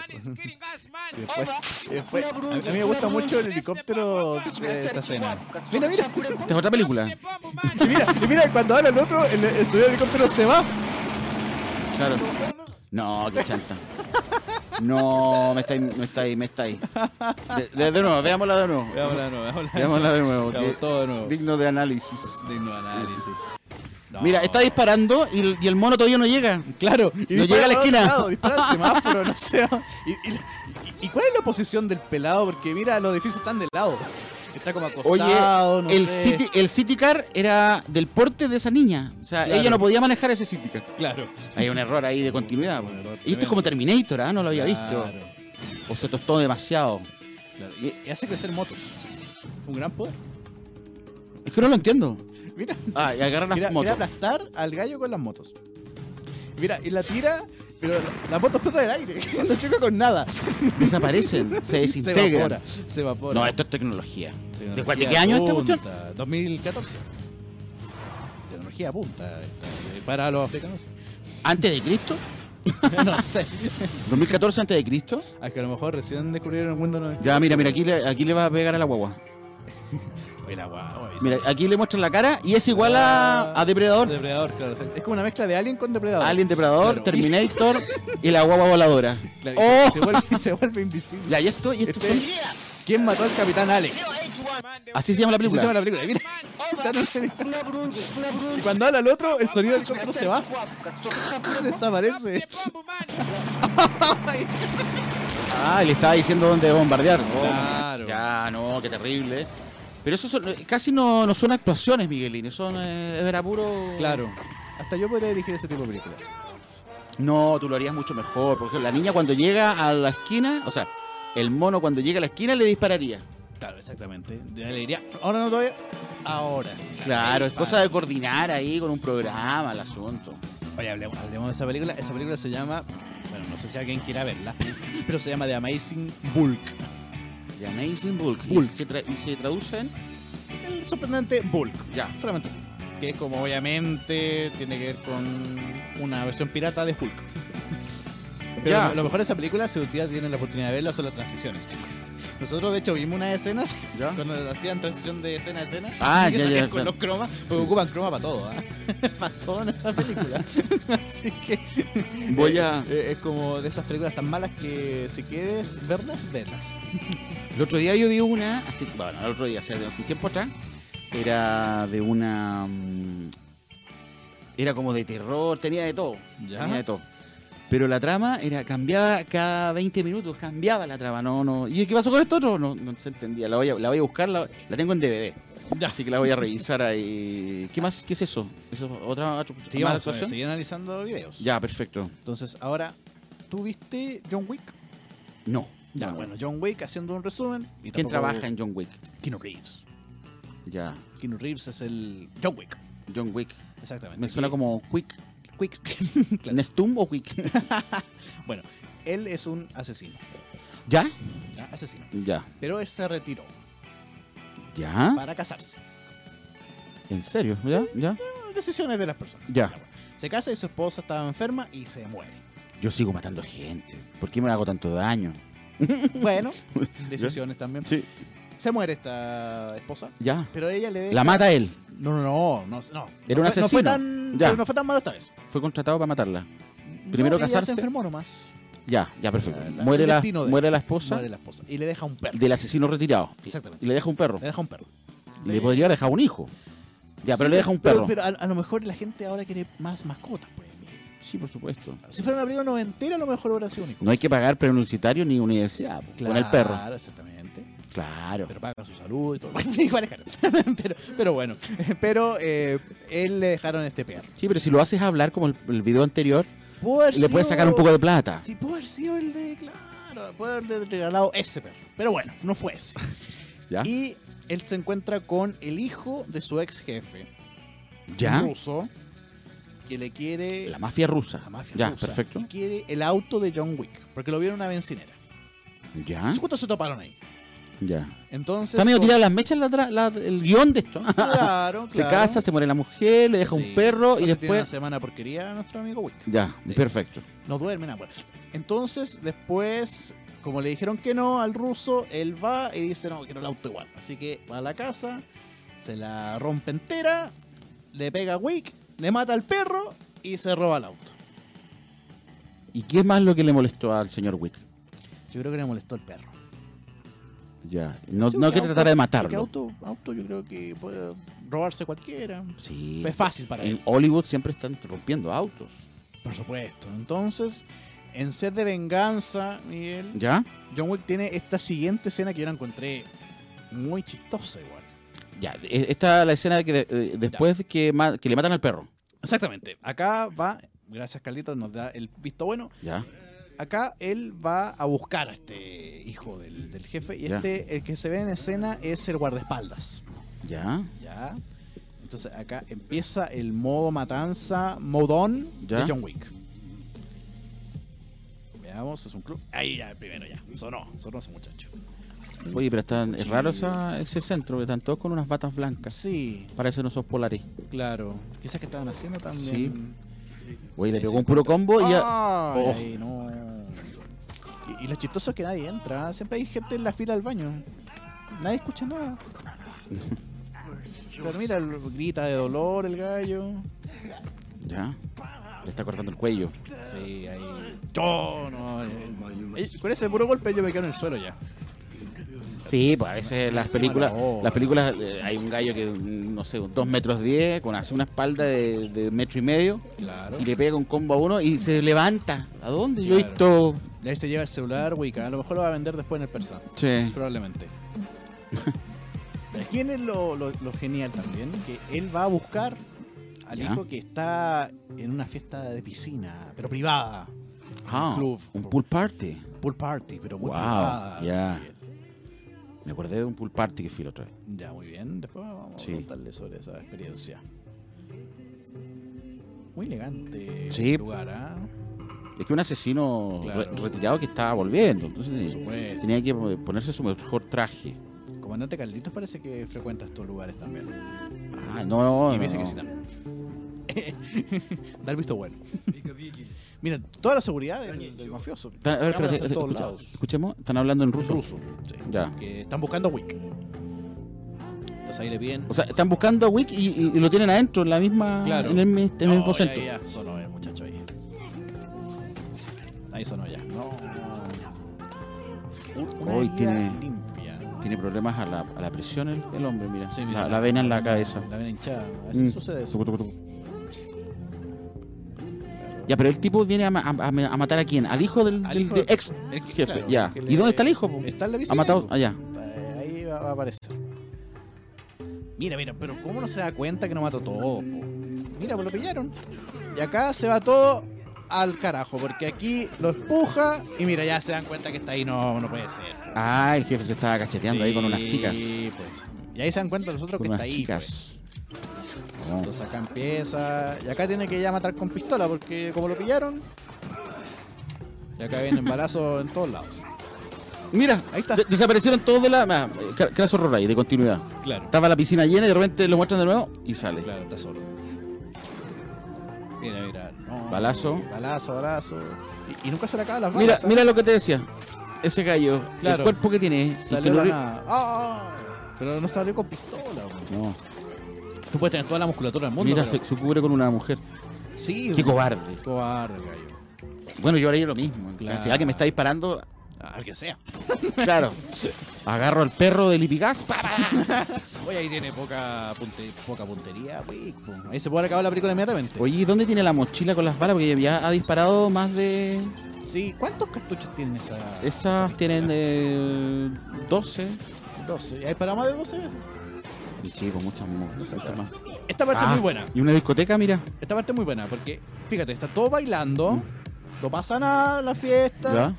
Speaker 1: Después, después- Eh, a, mí- a mí me gusta mucho el helicóptero de esta escena. Mira, mira.
Speaker 2: Esta es otra película.
Speaker 1: Y mira, y mira cuando habla el otro, el, el señor helicóptero se va.
Speaker 2: Claro. No, qué chanta. No, me estáis, me estáis, me estáis. De, de- de nuevo, veámosla de nuevo.
Speaker 1: Veámosla de nuevo, veámosla de
Speaker 2: Veámosla de nuevo.
Speaker 1: Veamos
Speaker 2: que-
Speaker 1: todo de nuevo.
Speaker 2: Digno de análisis.
Speaker 1: Digno análisis. No.
Speaker 2: Mira, está disparando y el, y el mono todavía no llega.
Speaker 1: Claro,
Speaker 2: No
Speaker 1: dispara
Speaker 2: llega a
Speaker 1: para
Speaker 2: la
Speaker 1: otro
Speaker 2: esquina.
Speaker 1: lado, dispara al semáforo, no sé. Y, y- y- y cuál es la posición del pelado? Porque mira, los edificios están de lado. Está como
Speaker 2: Oye,
Speaker 1: acostado, no
Speaker 2: el,
Speaker 1: sé.
Speaker 2: city, el City Car era del porte de esa niña. O sea,
Speaker 1: Claro.
Speaker 2: ella no podía manejar ese City Car.
Speaker 1: Claro.
Speaker 2: Hay un error ahí de continuidad. pues.
Speaker 1: Un error
Speaker 2: Y esto es
Speaker 1: tremendo.
Speaker 2: como Terminator, ¿ah? No lo había
Speaker 1: Claro,
Speaker 2: visto. O se tostó demasiado.
Speaker 1: claro. Y, y hace crecer motos. Un gran poder.
Speaker 2: Es que no lo entiendo.
Speaker 1: Mira,
Speaker 2: Ah, y agarran las
Speaker 1: mira, mira
Speaker 2: motos.
Speaker 1: aplastar al gallo con las motos. Mira, y la tira, pero la, la moto explota del aire. No choca con nada.
Speaker 2: Desaparecen, se
Speaker 1: Se
Speaker 2: desintegran.
Speaker 1: evapora. Se evapora.
Speaker 2: no, esto es tecnología. ¿De, cuál- de
Speaker 1: Tecnología
Speaker 2: qué año esta
Speaker 1: punta,
Speaker 2: cuestión?
Speaker 1: 2014. Tecnología punta. esta, eh, Para los africanos.
Speaker 2: ¿Antes de Cristo?
Speaker 1: no sé.
Speaker 2: ¿2014 antes de Cristo?
Speaker 1: A que a lo mejor recién descubrieron Windows 90.
Speaker 2: Ya, mira, mira, aquí le, aquí le va a pegar a la guagua.
Speaker 1: Oye, la guagua, oye,
Speaker 2: Mira, aquí le muestran la cara y es igual a, a Depredador.
Speaker 1: Ah, Depredador, claro. exacto. Es como una mezcla de Alien con Depredador.
Speaker 2: Alien Depredador,
Speaker 1: Claro.
Speaker 2: Terminator y la guagua voladora.
Speaker 1: Claro,
Speaker 2: ¡Oh!
Speaker 1: se, vuelve, se vuelve invisible.
Speaker 2: Ya, y esto, y esto
Speaker 1: Este-
Speaker 2: fue-
Speaker 1: ¿Quién mató al Capitán Alex?
Speaker 2: Así se llama la
Speaker 1: Así se
Speaker 2: película.
Speaker 1: llama la película. Mira, está en el celular. y cuando habla el otro, el sonido del helicóptero se va. Desaparece.
Speaker 2: Ah, le estaba diciendo dónde bombardear. Oh,
Speaker 1: Claro.
Speaker 2: Ya, no, qué terrible. Pero eso son- eh, casi no, no son actuaciones, Miguelín. Son, eh, era puro...
Speaker 1: Claro. Hasta yo podría dirigir ese tipo de películas.
Speaker 2: No, tú lo harías mucho mejor. Porque la niña cuando llega a la esquina, o sea, el mono cuando llega a la esquina le dispararía.
Speaker 1: Claro, exactamente. Ya le diría, ahora no todavía, ahora.
Speaker 2: Claro, es
Speaker 1: Para.
Speaker 2: cosa de coordinar ahí con un programa el asunto.
Speaker 1: Oye, hablemos, hablemos de esa película. Esa película se llama, bueno, no sé si alguien quiera verla, pero se llama The Amazing Bulk.
Speaker 2: The Amazing Bulk. Y
Speaker 1: Bulk.
Speaker 2: se, tra- y se traduce en...
Speaker 1: El sorprendente Bulk.
Speaker 2: Ya.
Speaker 1: Solamente así. Que es como, obviamente, tiene que ver con una versión pirata de Hulk. Pero
Speaker 2: Ya.
Speaker 1: lo- lo mejor de esa película, si ustedes tienen la oportunidad de verla, son las transiciones. Nosotros, de hecho, vimos unas escenas
Speaker 2: ¿Ya?
Speaker 1: cuando hacían transición de escena a escena.
Speaker 2: Ah,
Speaker 1: y que
Speaker 2: ya, ya,
Speaker 1: salían con
Speaker 2: claro.
Speaker 1: los cromas, porque ocupan croma para todo, ¿ah? para todo en esa película. Así que.
Speaker 2: Voy a-
Speaker 1: eh, es como de esas películas tan malas que si quieres verlas, velas.
Speaker 2: El otro día yo vi una, así, bueno, el otro día, hace un tiempo atrás, era de una. mm, Era como de terror, tenía de todo.
Speaker 1: Ya.
Speaker 2: Tenía de todo. Pero la trama era cambiaba cada 20 minutos, cambiaba la trama, no, no. ¿Y qué pasó con esto otro? No, no se entendía. La voy a, la voy a buscar, la, la tengo en DVD.
Speaker 1: Ya.
Speaker 2: Así que la voy a revisar ahí. ¿Qué más? ¿Qué es eso? ¿Eso es otra, otra
Speaker 1: Sí,
Speaker 2: más
Speaker 1: vamos a
Speaker 2: actuación?
Speaker 1: seguir analizando videos.
Speaker 2: Ya, perfecto.
Speaker 1: Entonces, ahora, ¿tú viste John Wick?
Speaker 2: No.
Speaker 1: Ya,
Speaker 2: No.
Speaker 1: bueno, John Wick, haciendo un resumen. y
Speaker 2: ¿Quién
Speaker 1: tampoco-
Speaker 2: trabaja en John Wick?
Speaker 1: Keanu Reeves.
Speaker 2: Ya.
Speaker 1: Keanu Reeves es el John Wick.
Speaker 2: John Wick.
Speaker 1: Exactamente.
Speaker 2: Me suena
Speaker 1: Que-
Speaker 2: como Quick.
Speaker 1: Quick. Claro.
Speaker 2: ¿Nestum o Quick?
Speaker 1: Bueno, él es un asesino.
Speaker 2: ¿Ya?
Speaker 1: ¿ya? Asesino.
Speaker 2: Ya.
Speaker 1: Pero él se retiró
Speaker 2: ¿Ya?
Speaker 1: para casarse. Mm,
Speaker 2: ¿En serio? ¿Ya? ¿Ya?
Speaker 1: Decisiones de las personas.
Speaker 2: Ya.
Speaker 1: Se casa y su esposa estaba enferma y se muere.
Speaker 2: Yo sigo matando gente. ¿Por qué me hago tanto daño?
Speaker 1: Bueno, decisiones también.
Speaker 2: Sí.
Speaker 1: Se muere esta esposa,
Speaker 2: ¿Ya?
Speaker 1: pero ella le deja...
Speaker 2: La mata él.
Speaker 1: No, no, no, no, no.
Speaker 2: Era un
Speaker 1: No fue- No fue
Speaker 2: asesino.
Speaker 1: tan,
Speaker 2: Ya.
Speaker 1: pero no fue tan malo esta vez.
Speaker 2: Fue contratado para matarla.
Speaker 1: No,
Speaker 2: Primero
Speaker 1: ella
Speaker 2: casarse.
Speaker 1: se enfermó nomás.
Speaker 2: Ya, ya, perfecto.
Speaker 1: La- la-
Speaker 2: Muere
Speaker 1: el
Speaker 2: la,
Speaker 1: destino de-
Speaker 2: muere la esposa
Speaker 1: Muere la esposa. Y le deja un perro.
Speaker 2: del asesino retirado.
Speaker 1: Exactamente.
Speaker 2: Y le deja un perro.
Speaker 1: Le deja un perro.
Speaker 2: Le podría dejar un hijo. Ya, pero
Speaker 1: Sí,
Speaker 2: le deja un perro.
Speaker 1: Pero, a, a lo mejor la gente ahora quiere más mascotas. pues, Miguel.
Speaker 2: Sí, por supuesto.
Speaker 1: Si fuera una película noventera, a lo mejor hubiera sido único.
Speaker 2: No hay que pagar preuniversitario ni universidad po, con el perro.
Speaker 1: Claro, exactamente.
Speaker 2: Claro.
Speaker 1: pero paga su salud y todo. Igual es caro. pero, pero bueno, pero eh, él le dejaron este perro.
Speaker 2: Sí, pero si lo haces hablar como el, el video anterior,
Speaker 1: Pudo haber
Speaker 2: le puedes
Speaker 1: sido-
Speaker 2: sacar un poco de plata.
Speaker 1: Sí, pudo haber sido el de. Claro, pudo haberle regalado ese perro. Pero bueno, no fue ese.
Speaker 2: ¿Ya?
Speaker 1: Y él se encuentra con el hijo de su ex jefe,
Speaker 2: ¿Ya?
Speaker 1: ruso, que le quiere.
Speaker 2: La mafia rusa.
Speaker 1: la mafia
Speaker 2: ya,
Speaker 1: rusa,
Speaker 2: perfecto.
Speaker 1: y quiere el auto de John Wick, porque lo vieron en una bencinera.
Speaker 2: Ya,
Speaker 1: Justo se toparon ahí.
Speaker 2: ya.
Speaker 1: Entonces.
Speaker 2: Está medio
Speaker 1: con-
Speaker 2: tirado las mechas la, tra- la- el guión de esto. ¿ah?
Speaker 1: Claro, claro.
Speaker 2: Se casa, se muere la mujer, le deja
Speaker 1: Sí.
Speaker 2: un perro y
Speaker 1: Entonces tiene una
Speaker 2: después...
Speaker 1: semana porquería a nuestro amigo Wick.
Speaker 2: Ya,
Speaker 1: Sí.
Speaker 2: perfecto.
Speaker 1: No duerme nada. bueno. Entonces, después, como le dijeron que no al ruso, él va y dice, no, quiero el auto igual. Así que va a la casa, se la rompe entera, le pega a Wick, le mata al perro y se roba el auto.
Speaker 2: ¿Y qué es más lo que le molestó al señor Wick?
Speaker 1: Yo creo que le molestó el perro.
Speaker 2: Ya, no,
Speaker 1: Sí,
Speaker 2: Pues no
Speaker 1: porque
Speaker 2: que
Speaker 1: auto-
Speaker 2: tratara
Speaker 1: Porque
Speaker 2: de matarlo.
Speaker 1: auto, auto yo creo que puede robarse cualquiera.
Speaker 2: Sí.
Speaker 1: Es fácil para él.
Speaker 2: En Hollywood siempre están rompiendo autos.
Speaker 1: Por supuesto. Entonces, en sed de venganza, Miguel,
Speaker 2: ¿Ya?
Speaker 1: John Wick tiene esta siguiente escena que yo la encontré muy chistosa igual.
Speaker 2: Ya, e- esta es la escena que de- eh, después que, ma- que le matan al perro.
Speaker 1: Exactamente. Acá va, gracias Carlitos, nos da el visto bueno.
Speaker 2: Ya,
Speaker 1: Acá él va a buscar a este hijo del, del jefe y
Speaker 2: Ya.
Speaker 1: este, el que se ve en escena es el guardaespaldas.
Speaker 2: ya,
Speaker 1: ¿Ya? Entonces acá empieza el modo matanza, modón
Speaker 2: Ya.
Speaker 1: de John Wick. Veamos, es un club. Ahí ya, el primero ya. Sonó, sonó ese muchacho.
Speaker 2: Oye, pero están, es raro esa- ese centro, que están todos con unas batas blancas.
Speaker 1: Sí,
Speaker 2: Parecen osos polares.
Speaker 1: claro. Quizás que estaban haciendo también.
Speaker 2: Sí. Oye, le
Speaker 1: Ese
Speaker 2: pegó un puro combo y ya... Oh.
Speaker 1: Ay, no. Y, y lo chistoso es que nadie entra. Siempre hay gente en la fila del baño. Nadie escucha nada. Pero mira, lo- grita de dolor el gallo.
Speaker 2: Ya. Le está cortando el cuello.
Speaker 1: Sí, ahí. Yo no. eh. Ey, Con ese puro golpe yo me quedo en el suelo ya.
Speaker 2: Sí, pues a veces las películas,
Speaker 1: mala
Speaker 2: las películas eh, hay un gallo que, mm, no sé, dos metros diez, con hace una espalda de, de metro y medio,
Speaker 1: Claro.
Speaker 2: y le pega un combo a uno y se levanta. ¿A dónde? Yo he
Speaker 1: Claro.
Speaker 2: visto...
Speaker 1: Y ahí se lleva el celular, Wicca. A lo mejor lo va a vender después en el persa.
Speaker 2: Sí.
Speaker 1: Probablemente. Pero ¿Quién es lo, lo- lo genial también? Que él va a buscar al
Speaker 2: Ya.
Speaker 1: hijo que está en una fiesta de piscina, pero privada.
Speaker 2: Ah,
Speaker 1: club.
Speaker 2: un pool party.
Speaker 1: Pool party, pero muy
Speaker 2: Wow,
Speaker 1: privada.
Speaker 2: ya.
Speaker 1: Bien.
Speaker 2: Me acordé de un pool party que fui la otra vez.
Speaker 1: Ya, muy bien. Después vamos
Speaker 2: Sí.
Speaker 1: a contarle sobre esa experiencia. Muy elegante
Speaker 2: Sí.
Speaker 1: el lugar, ¿ah?
Speaker 2: Es que un asesino re-
Speaker 1: Claro.
Speaker 2: retirado que estaba volviendo, entonces eh,
Speaker 1: Por supuesto.
Speaker 2: tenía que ponerse su mejor traje.
Speaker 1: Comandante Carlitos parece que frecuenta estos lugares también.
Speaker 2: Ah, no,
Speaker 1: y me dice
Speaker 2: no,
Speaker 1: que sí
Speaker 2: no.
Speaker 1: también. Dar visto bueno. Mira, toda la seguridad del, del mafioso.
Speaker 2: Está- a ver, espérate,
Speaker 1: Cámaras en todos
Speaker 2: escucha-
Speaker 1: lados.
Speaker 2: escuchemos, están hablando en ruso.
Speaker 1: Ruso. sí.
Speaker 2: Ya.
Speaker 1: Que están buscando a Wick. Entonces ahí le piden.
Speaker 2: O sea, están buscando a Wick y, y- y lo tienen adentro, en la misma.
Speaker 1: Claro.
Speaker 2: En el, mi- en el mismo
Speaker 1: No, ya,
Speaker 2: centro.
Speaker 1: ya, Sonó el muchacho ahí. Ahí sonó ya. No. Un- Una
Speaker 2: Hoy
Speaker 1: herida
Speaker 2: tiene-
Speaker 1: limpia.
Speaker 2: Tiene problemas a la, a la presión el, el hombre, mira.
Speaker 1: Sí, mira,
Speaker 2: la, la vena en la cabeza.
Speaker 1: La vena hinchada. A veces
Speaker 2: Mm.
Speaker 1: sucede eso.
Speaker 2: Tucu, tucu, tucu. Ya, pero el tipo viene a, ma- a- a- a matar a quién? Al hijo del,
Speaker 1: Al
Speaker 2: del-
Speaker 1: hijo
Speaker 2: del
Speaker 1: del-
Speaker 2: ex
Speaker 1: El que-
Speaker 2: jefe.
Speaker 1: Ah, claro,
Speaker 2: ya.
Speaker 1: que
Speaker 2: ¿Y
Speaker 1: le-
Speaker 2: dónde está el hijo? po?
Speaker 1: Está en la
Speaker 2: Ha
Speaker 1: piscina,
Speaker 2: matado.
Speaker 1: po.
Speaker 2: Allá.
Speaker 1: Eh, Ahí va va a aparecer. Mira, mira, pero ¿cómo no se da cuenta que no mató todo? po? Mira, pues lo pillaron. Y acá se va todo al carajo, porque aquí lo empuja y mira, ya se dan cuenta que está ahí, no, no puede ser.
Speaker 2: Ah, el jefe se estaba cacheteando ahí con unas
Speaker 1: Sí,
Speaker 2: chicas.
Speaker 1: pues. Y ahí se dan cuenta los otros
Speaker 2: Con
Speaker 1: que
Speaker 2: unas
Speaker 1: está ahí. pues.
Speaker 2: chicas. Oh.
Speaker 1: Entonces acá empieza. Y acá tiene que ya matar con pistola, porque como lo pillaron. Y acá vienen balazos en todos lados.
Speaker 2: Mira,
Speaker 1: Ahí está.
Speaker 2: de- desaparecieron todos de la. ah, Cra- Crash Horror Ride, de continuidad.
Speaker 3: Claro,
Speaker 2: Estaba la piscina llena y de repente lo muestran de nuevo y sale.
Speaker 3: claro, está solo. Mira, mira.
Speaker 1: No,
Speaker 2: Balazo.
Speaker 1: Balazo, balazo. Y, y nunca se le acaban las balas.
Speaker 2: Mira,
Speaker 1: ¿sabes?
Speaker 2: mira lo que te decía. Ese gallo,
Speaker 1: Claro.
Speaker 2: el cuerpo que tiene. y
Speaker 1: Salió
Speaker 2: que lo
Speaker 1: la
Speaker 2: ri-
Speaker 1: nada. Ah, ah, Pero no salió con pistola, weón.
Speaker 2: No,
Speaker 3: Tú puedes tener toda la musculatura del mundo.
Speaker 2: mira,
Speaker 3: pero-
Speaker 2: se, se cubre con una mujer.
Speaker 1: Sí,
Speaker 2: Qué
Speaker 1: weón.
Speaker 2: cobarde.
Speaker 1: cobarde, gallo.
Speaker 2: Bueno, yo haría lo mismo.
Speaker 3: Claro.
Speaker 2: Si alguien me está disparando,
Speaker 1: Al que sea.
Speaker 2: claro. Agarro al perro del Ipigás. pa, pa.
Speaker 1: Oye, ahí tiene poca, punte- poca puntería, wey, po. Ahí se puede acabar la película inmediatamente.
Speaker 2: Oye, ¿y ¿dónde tiene la mochila con las balas? Porque ya ha disparado más de.
Speaker 1: Sí, ¿cuántos cartuchos tienen esa?
Speaker 2: Esas
Speaker 1: esa
Speaker 2: tienen
Speaker 1: pistola?
Speaker 2: eh, 12.
Speaker 1: 12. Y ahí para más de 12 veces.
Speaker 2: Y Sí, pues muchas mu- muchas más.
Speaker 1: Esta parte
Speaker 2: Ah,
Speaker 1: es muy buena.
Speaker 2: Y una discoteca, mira.
Speaker 1: Esta parte es muy buena porque, fíjate, está todo bailando. No pasa nada la fiesta.
Speaker 2: Mm. ¿Ya?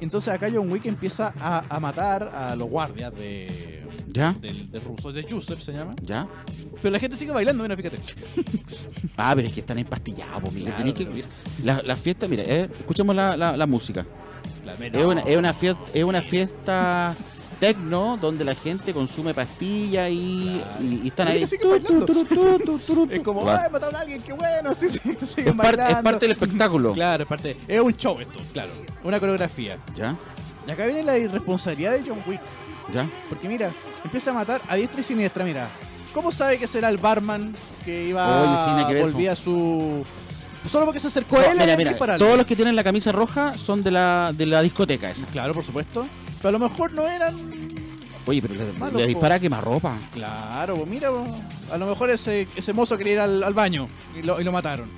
Speaker 1: Entonces acá John Wick empieza a, a matar a los guardias de,
Speaker 2: ¿Ya?
Speaker 1: del, del ruso, de Yusef se llama.
Speaker 2: ¿Ya?
Speaker 1: Pero la gente sigue bailando, mira, fíjate.
Speaker 2: Ah, pero es que están empastillados, pues, mira.
Speaker 1: Claro,
Speaker 2: tenéis que-
Speaker 1: pero mira.
Speaker 2: la, la fiesta, mira, eh, escuchemos la, la- la música.
Speaker 1: La
Speaker 2: Es, una, es, una fiesta, es una fiesta tecno donde la gente consume pastillas y, y- y están
Speaker 1: Mira
Speaker 2: ahí.
Speaker 1: que siguen bailando.
Speaker 2: Tu, tu, tu, tu, tu, tu.
Speaker 1: Es como,
Speaker 2: Va.
Speaker 1: ¡ay, mataron a alguien! ¡Qué bueno! Sí, sí,
Speaker 2: es,
Speaker 1: siguen
Speaker 2: parte,
Speaker 1: bailando.
Speaker 2: es parte del espectáculo.
Speaker 1: Claro, es parte. Es un show esto, claro. Una coreografía.
Speaker 2: ¿Ya?
Speaker 1: Y acá viene la irresponsabilidad de John Wick.
Speaker 2: ¿Ya?
Speaker 1: Porque mira, empieza a matar a diestra y siniestra, mira. ¿Cómo sabe que será el barman que iba
Speaker 2: Oye, sí, nada que ver,
Speaker 1: volvía a su. Solo porque se acercó a
Speaker 2: No,
Speaker 1: él
Speaker 2: mira,
Speaker 1: habían
Speaker 2: mira,
Speaker 1: disparado.
Speaker 2: todos los que tienen la camisa roja son de la, de la discoteca esa.
Speaker 1: Claro, por supuesto. Pero a lo mejor no eran.
Speaker 2: Oye, pero le,
Speaker 1: Malo,
Speaker 2: le
Speaker 1: po.
Speaker 2: dispara a quemarropa.
Speaker 1: Claro, pues mira, pues, a lo mejor ese, ese mozo quería ir al, al baño y lo, y lo mataron.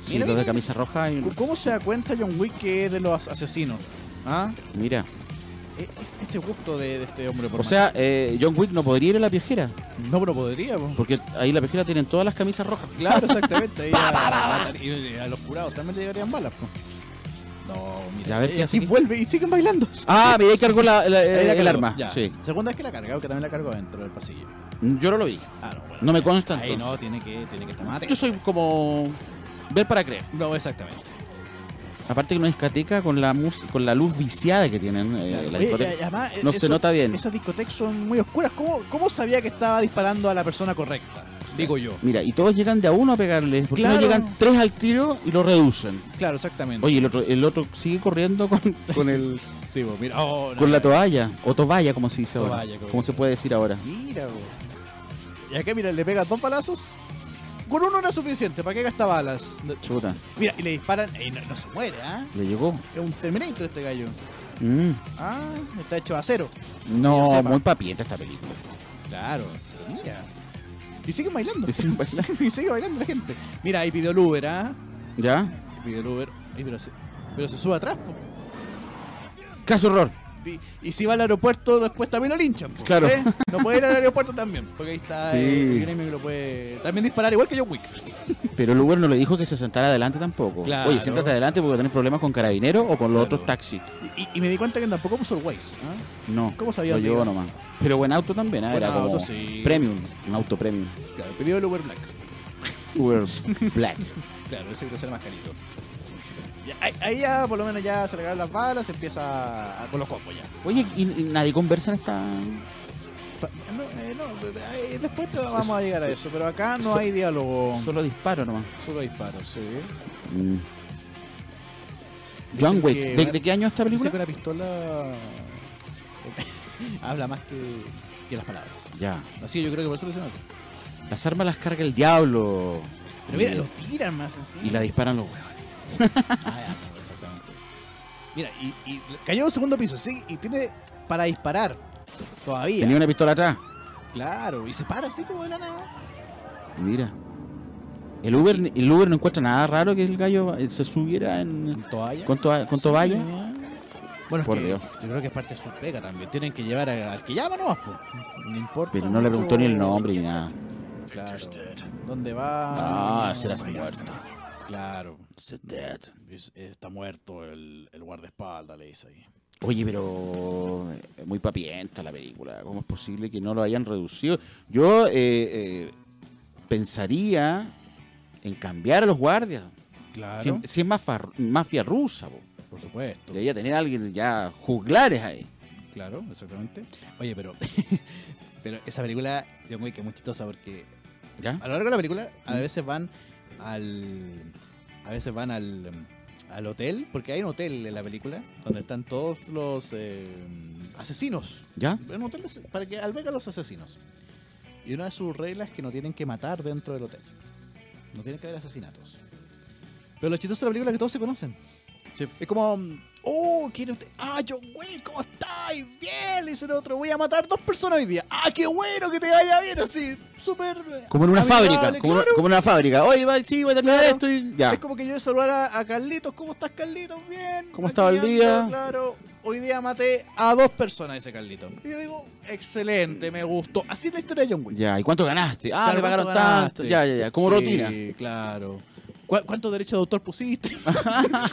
Speaker 2: Sí,
Speaker 1: Mira,
Speaker 2: los de
Speaker 1: mira.
Speaker 2: camisa roja. y-
Speaker 1: C- ¿Cómo se da cuenta John Wick que es de los as- asesinos? ¿Ah?
Speaker 2: Mira.
Speaker 1: E- es- Este gusto de, de este hombre por
Speaker 2: O sea, eh, John Wick no podría ir a la piejera.
Speaker 1: matar. No, pero podría, pues.
Speaker 2: Porque ahí la piejera tienen todas las camisas rojas.
Speaker 1: Claro, exactamente. ahí a, y y a los curados también le llegarían balas, pues. No, mira.
Speaker 2: Ya, a ver,
Speaker 1: y
Speaker 2: ¿qué hace
Speaker 1: así
Speaker 2: aquí?
Speaker 1: vuelve y siguen bailando.
Speaker 2: Ah, mira, ahí cargó la, la-
Speaker 1: Ahí la
Speaker 2: el
Speaker 1: cargó,
Speaker 2: arma.
Speaker 1: eh, ya.
Speaker 2: Sí.
Speaker 1: Segunda vez que la carga, porque también la cargó dentro del pasillo.
Speaker 2: Yo no lo vi.
Speaker 1: Ah, no, bueno.
Speaker 2: No me consta.
Speaker 1: Ahí
Speaker 2: entonces.
Speaker 1: no, tiene que, tiene que estar mate.
Speaker 2: Yo soy como ver para creer.
Speaker 1: No, exactamente.
Speaker 2: Aparte que una discoteca con la mus- con la luz viciada que tienen eh,
Speaker 1: Claro.
Speaker 2: la
Speaker 1: Oye,
Speaker 2: discoteca.
Speaker 1: y además, eh,
Speaker 2: no
Speaker 1: eso-
Speaker 2: se nota bien.
Speaker 1: Esas discotecas son muy oscuras. ¿Cómo, ¿Cómo sabía que estaba disparando a la persona correcta? Digo yo.
Speaker 2: Mira, y todos llegan de a uno a pegarle. Porque no
Speaker 1: Claro.
Speaker 2: llegan tres al tiro y lo reducen.
Speaker 1: Claro, exactamente.
Speaker 2: Oye, el otro, el otro sigue corriendo con, con el
Speaker 1: Sí, vos, mira. Oh, no,
Speaker 2: con la
Speaker 1: mira.
Speaker 2: toalla. O toalla, como se dice
Speaker 1: Toballa,
Speaker 2: ahora.
Speaker 1: como-
Speaker 2: Como se puede decir ahora.
Speaker 1: Mira, vos. Y acá, mira, le pega dos balazos. Con uno no es suficiente. ¿Para qué gasta balas?
Speaker 2: Chuta,
Speaker 1: Mira, y le disparan. Y no, no se muere, ¿ah?
Speaker 2: le llegó.
Speaker 1: Es un Terminator este gallo.
Speaker 2: Mm.
Speaker 1: Ah, está hecho de acero. Que yo
Speaker 2: No,
Speaker 1: sepa.
Speaker 2: muy papienta esta película.
Speaker 1: Claro, mira. Y siguen bailando.
Speaker 2: Y siguen bailando.
Speaker 1: y sigue bailando la gente. Mira, ahí pidió el Uber, ¿ah?
Speaker 2: ¿Ya?
Speaker 1: Pidió el Uber. Ay, pero, se, pero se sube atrás, po.
Speaker 2: Caso horror.
Speaker 1: Y, y si va al aeropuerto, después también lo linchan. po,
Speaker 2: Claro.
Speaker 1: ¿eh? No puede ir al aeropuerto también. Porque ahí está
Speaker 2: Sí.
Speaker 1: eh, el gremio que lo puede. También disparar igual que John Wick.
Speaker 2: Pero el Uber no le dijo que se sentara adelante tampoco.
Speaker 1: Claro.
Speaker 2: Oye, siéntate adelante porque tenés problemas con carabineros o con los otros taxis.
Speaker 1: Y, y- y me di cuenta que tampoco puso el Waze. ¿ah?
Speaker 2: No.
Speaker 1: ¿Cómo sabía
Speaker 2: Lo
Speaker 1: dónde
Speaker 2: llevó
Speaker 1: iba?
Speaker 2: nomás. Pero buen auto también, ¿eh?
Speaker 1: Buen
Speaker 2: era como
Speaker 1: auto, sí.
Speaker 2: premium, un auto premium.
Speaker 1: Claro, pidió el Uber Black.
Speaker 2: Uber Black.
Speaker 1: Claro, ese que ser más carito. Ya, ahí, ahí ya, por lo menos, ya se regalan las balas, empieza a- con los combos ya.
Speaker 2: Oye, ¿y, y nadie conversa en esta
Speaker 1: Pa- No, eh, no, eh, después te vamos a llegar a eso, pero acá no hay diálogo,
Speaker 2: Solo disparo nomás.
Speaker 1: solo disparos. Sí.
Speaker 2: Mm. John
Speaker 1: Dicen
Speaker 2: Wick.
Speaker 1: que
Speaker 2: ¿De,
Speaker 1: una-
Speaker 2: de qué año es esta
Speaker 1: Dice que una
Speaker 2: película?
Speaker 1: pistola eh, habla más que, que las palabras.
Speaker 2: Ya.
Speaker 1: Así que yo creo que por eso lo hicieron así.
Speaker 2: Las armas las carga el diablo.
Speaker 1: Pero mira,
Speaker 2: Y-
Speaker 1: lo tiran más así.
Speaker 2: Y la disparan los huevones.
Speaker 1: Ah, ya, no, exactamente. Mira, y, y cayó al segundo piso, sí, y tiene para disparar todavía.
Speaker 2: Tenía una pistola atrás.
Speaker 1: Claro, y se para así como de la nada.
Speaker 2: Mira. El Uber, el Uber no encuentra nada raro que el gallo eh, se subiera en.
Speaker 1: Toalla.
Speaker 2: ¿Con, toa- con toalla?
Speaker 1: Bueno, es
Speaker 2: Por
Speaker 1: que
Speaker 2: Dios.
Speaker 1: yo creo que es parte de su pega también. Tienen que llevar a- al que llama nomás, po. No importa.
Speaker 2: Pero no le preguntó ni el nombre ni nada.
Speaker 1: Claro. ¿Dónde va?
Speaker 2: Ah, serás muerto.
Speaker 1: Claro. Es- Está muerto el, el guardaespaldas, le dice ahí.
Speaker 2: Oye, pero eh, muy papienta la película. ¿Cómo es posible que no lo hayan reducido? Yo eh, eh, pensaría en cambiar a los guardias.
Speaker 1: Claro.
Speaker 2: Si, es- si es mafia, mafia rusa, po.
Speaker 1: Por supuesto.
Speaker 2: debería tener alguien ya juglares ahí.
Speaker 1: Claro, exactamente. Oye, pero, pero esa película, yo muy que es muy chistosa porque
Speaker 2: ¿Ya?
Speaker 1: a lo largo de la película a veces van al. A veces van al. mm, Al hotel, porque hay un hotel en la película donde están todos los eh, asesinos.
Speaker 2: ¿Ya?
Speaker 1: Un hotel es para que alberga a los asesinos. Y una de sus reglas es que no tienen que matar dentro del hotel. No tienen que haber asesinatos. Pero lo chistoso de la película es que todos se conocen. Es como, mm, oh, ¿quién es usted? Ah, John Wick, ¿cómo estáis? Bien, le dice el otro, voy a matar dos personas hoy día. Ah, qué bueno que te vaya bien, así, súper. eh,
Speaker 2: Como en una
Speaker 1: amigable,
Speaker 2: fábrica. Como,
Speaker 1: claro.
Speaker 2: como en una fábrica. Oye, va, sí, voy a terminar
Speaker 1: Claro.
Speaker 2: esto y ya.
Speaker 1: Es como que yo saludara a Carlitos, ¿cómo estás, Carlitos? Bien.
Speaker 2: ¿Cómo
Speaker 1: aquí
Speaker 2: estaba el
Speaker 1: ando,
Speaker 2: día?
Speaker 1: Claro, hoy día maté a dos personas, dice Carlitos. Y yo digo, excelente, me gustó. Así es la historia de John Wick.
Speaker 2: Ya, ¿y cuánto ganaste? Ah,
Speaker 1: Claro,
Speaker 2: me pagaron
Speaker 1: ¿cuánto
Speaker 2: tanto.
Speaker 1: ganaste?
Speaker 2: Ya, ya, ya. Como
Speaker 1: Sí,
Speaker 2: rutina.
Speaker 1: claro. ¿Cuántos ¿Cuánto derecho de autor pusiste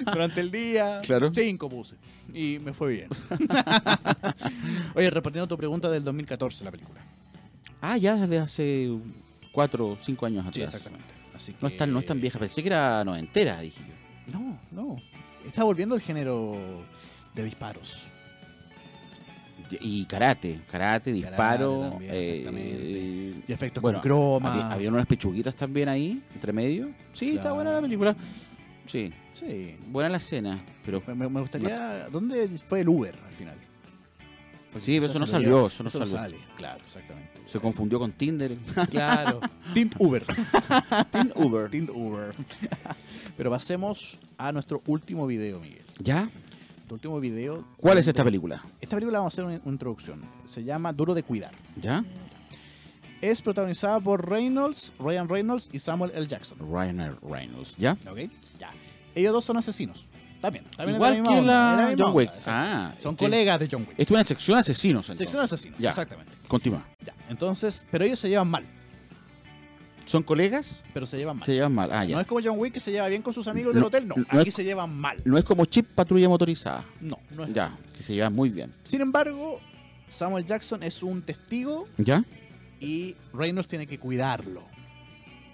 Speaker 1: durante el día?
Speaker 2: Claro.
Speaker 1: Cinco puse. Y me fue bien. Oye, respondiendo a tu pregunta del 2014, la película.
Speaker 2: Ah, ya desde hace cuatro o cinco años atrás.
Speaker 1: Así que...
Speaker 2: No es, tan, no es tan vieja, pensé que era noventera, dije yo.
Speaker 1: No, no. Está volviendo el género de disparos.
Speaker 2: Y y karate, karate, disparo.
Speaker 1: también,
Speaker 2: eh,
Speaker 1: exactamente. Y efectos
Speaker 2: bueno,
Speaker 1: con croma.
Speaker 2: había, había unas pechuguitas también ahí, entre medio. Sí, está
Speaker 1: Claro.
Speaker 2: buena la película. Sí,
Speaker 1: Sí.
Speaker 2: buena la escena, pero
Speaker 1: Me, me- me gustaría... ¿Dónde fue el Uber al final? Porque
Speaker 2: Sí, pero
Speaker 1: quizás
Speaker 2: eso no
Speaker 1: se lo
Speaker 2: salió,
Speaker 1: lleva-
Speaker 2: eso no
Speaker 1: sale.
Speaker 2: salió.
Speaker 1: Claro, exactamente.
Speaker 2: se confundió con Tinder.
Speaker 1: Claro. Tint Uber.
Speaker 2: Tinder Uber.
Speaker 1: Tint Uber. Pero pasemos a nuestro último video, Miguel.
Speaker 2: ¿Ya?
Speaker 1: Tu último video.
Speaker 2: ¿Cuál es esta película?
Speaker 1: Esta película vamos a hacer una, una introducción. Se llama Duro de Cuidar.
Speaker 2: ¿Ya?
Speaker 1: Es protagonizada por Reynolds, Ryan Reynolds y Samuel L. Jackson.
Speaker 2: Ryan Reynolds, ¿ya?
Speaker 1: ¿Ok? Ya. Ellos dos son asesinos. También. también es
Speaker 2: Igual
Speaker 1: misma
Speaker 2: que
Speaker 1: onda, es
Speaker 2: la,
Speaker 1: misma
Speaker 2: John
Speaker 1: onda,
Speaker 2: Wick.
Speaker 1: exacto.
Speaker 2: Ah,
Speaker 1: son
Speaker 2: este-
Speaker 1: colegas de John Wick.
Speaker 2: Esto es una sección asesinos. entonces.
Speaker 1: Sección asesinos,
Speaker 2: Ya.
Speaker 1: exactamente.
Speaker 2: Continúa.
Speaker 1: Ya. Entonces, pero ellos se llevan mal.
Speaker 2: ¿Son colegas?
Speaker 1: Pero se llevan mal.
Speaker 2: Se llevan mal. Ah, ya.
Speaker 1: No es como John Wick que se lleva bien con sus amigos del
Speaker 2: No,
Speaker 1: hotel. No,
Speaker 2: no
Speaker 1: aquí
Speaker 2: es-
Speaker 1: se llevan mal.
Speaker 2: No es como Chip Patrulla Motorizada.
Speaker 1: No, no es
Speaker 2: Ya, que se llevan muy bien.
Speaker 1: Sin embargo, Samuel Jackson es un testigo
Speaker 2: ¿Ya?
Speaker 1: y Reynolds tiene que cuidarlo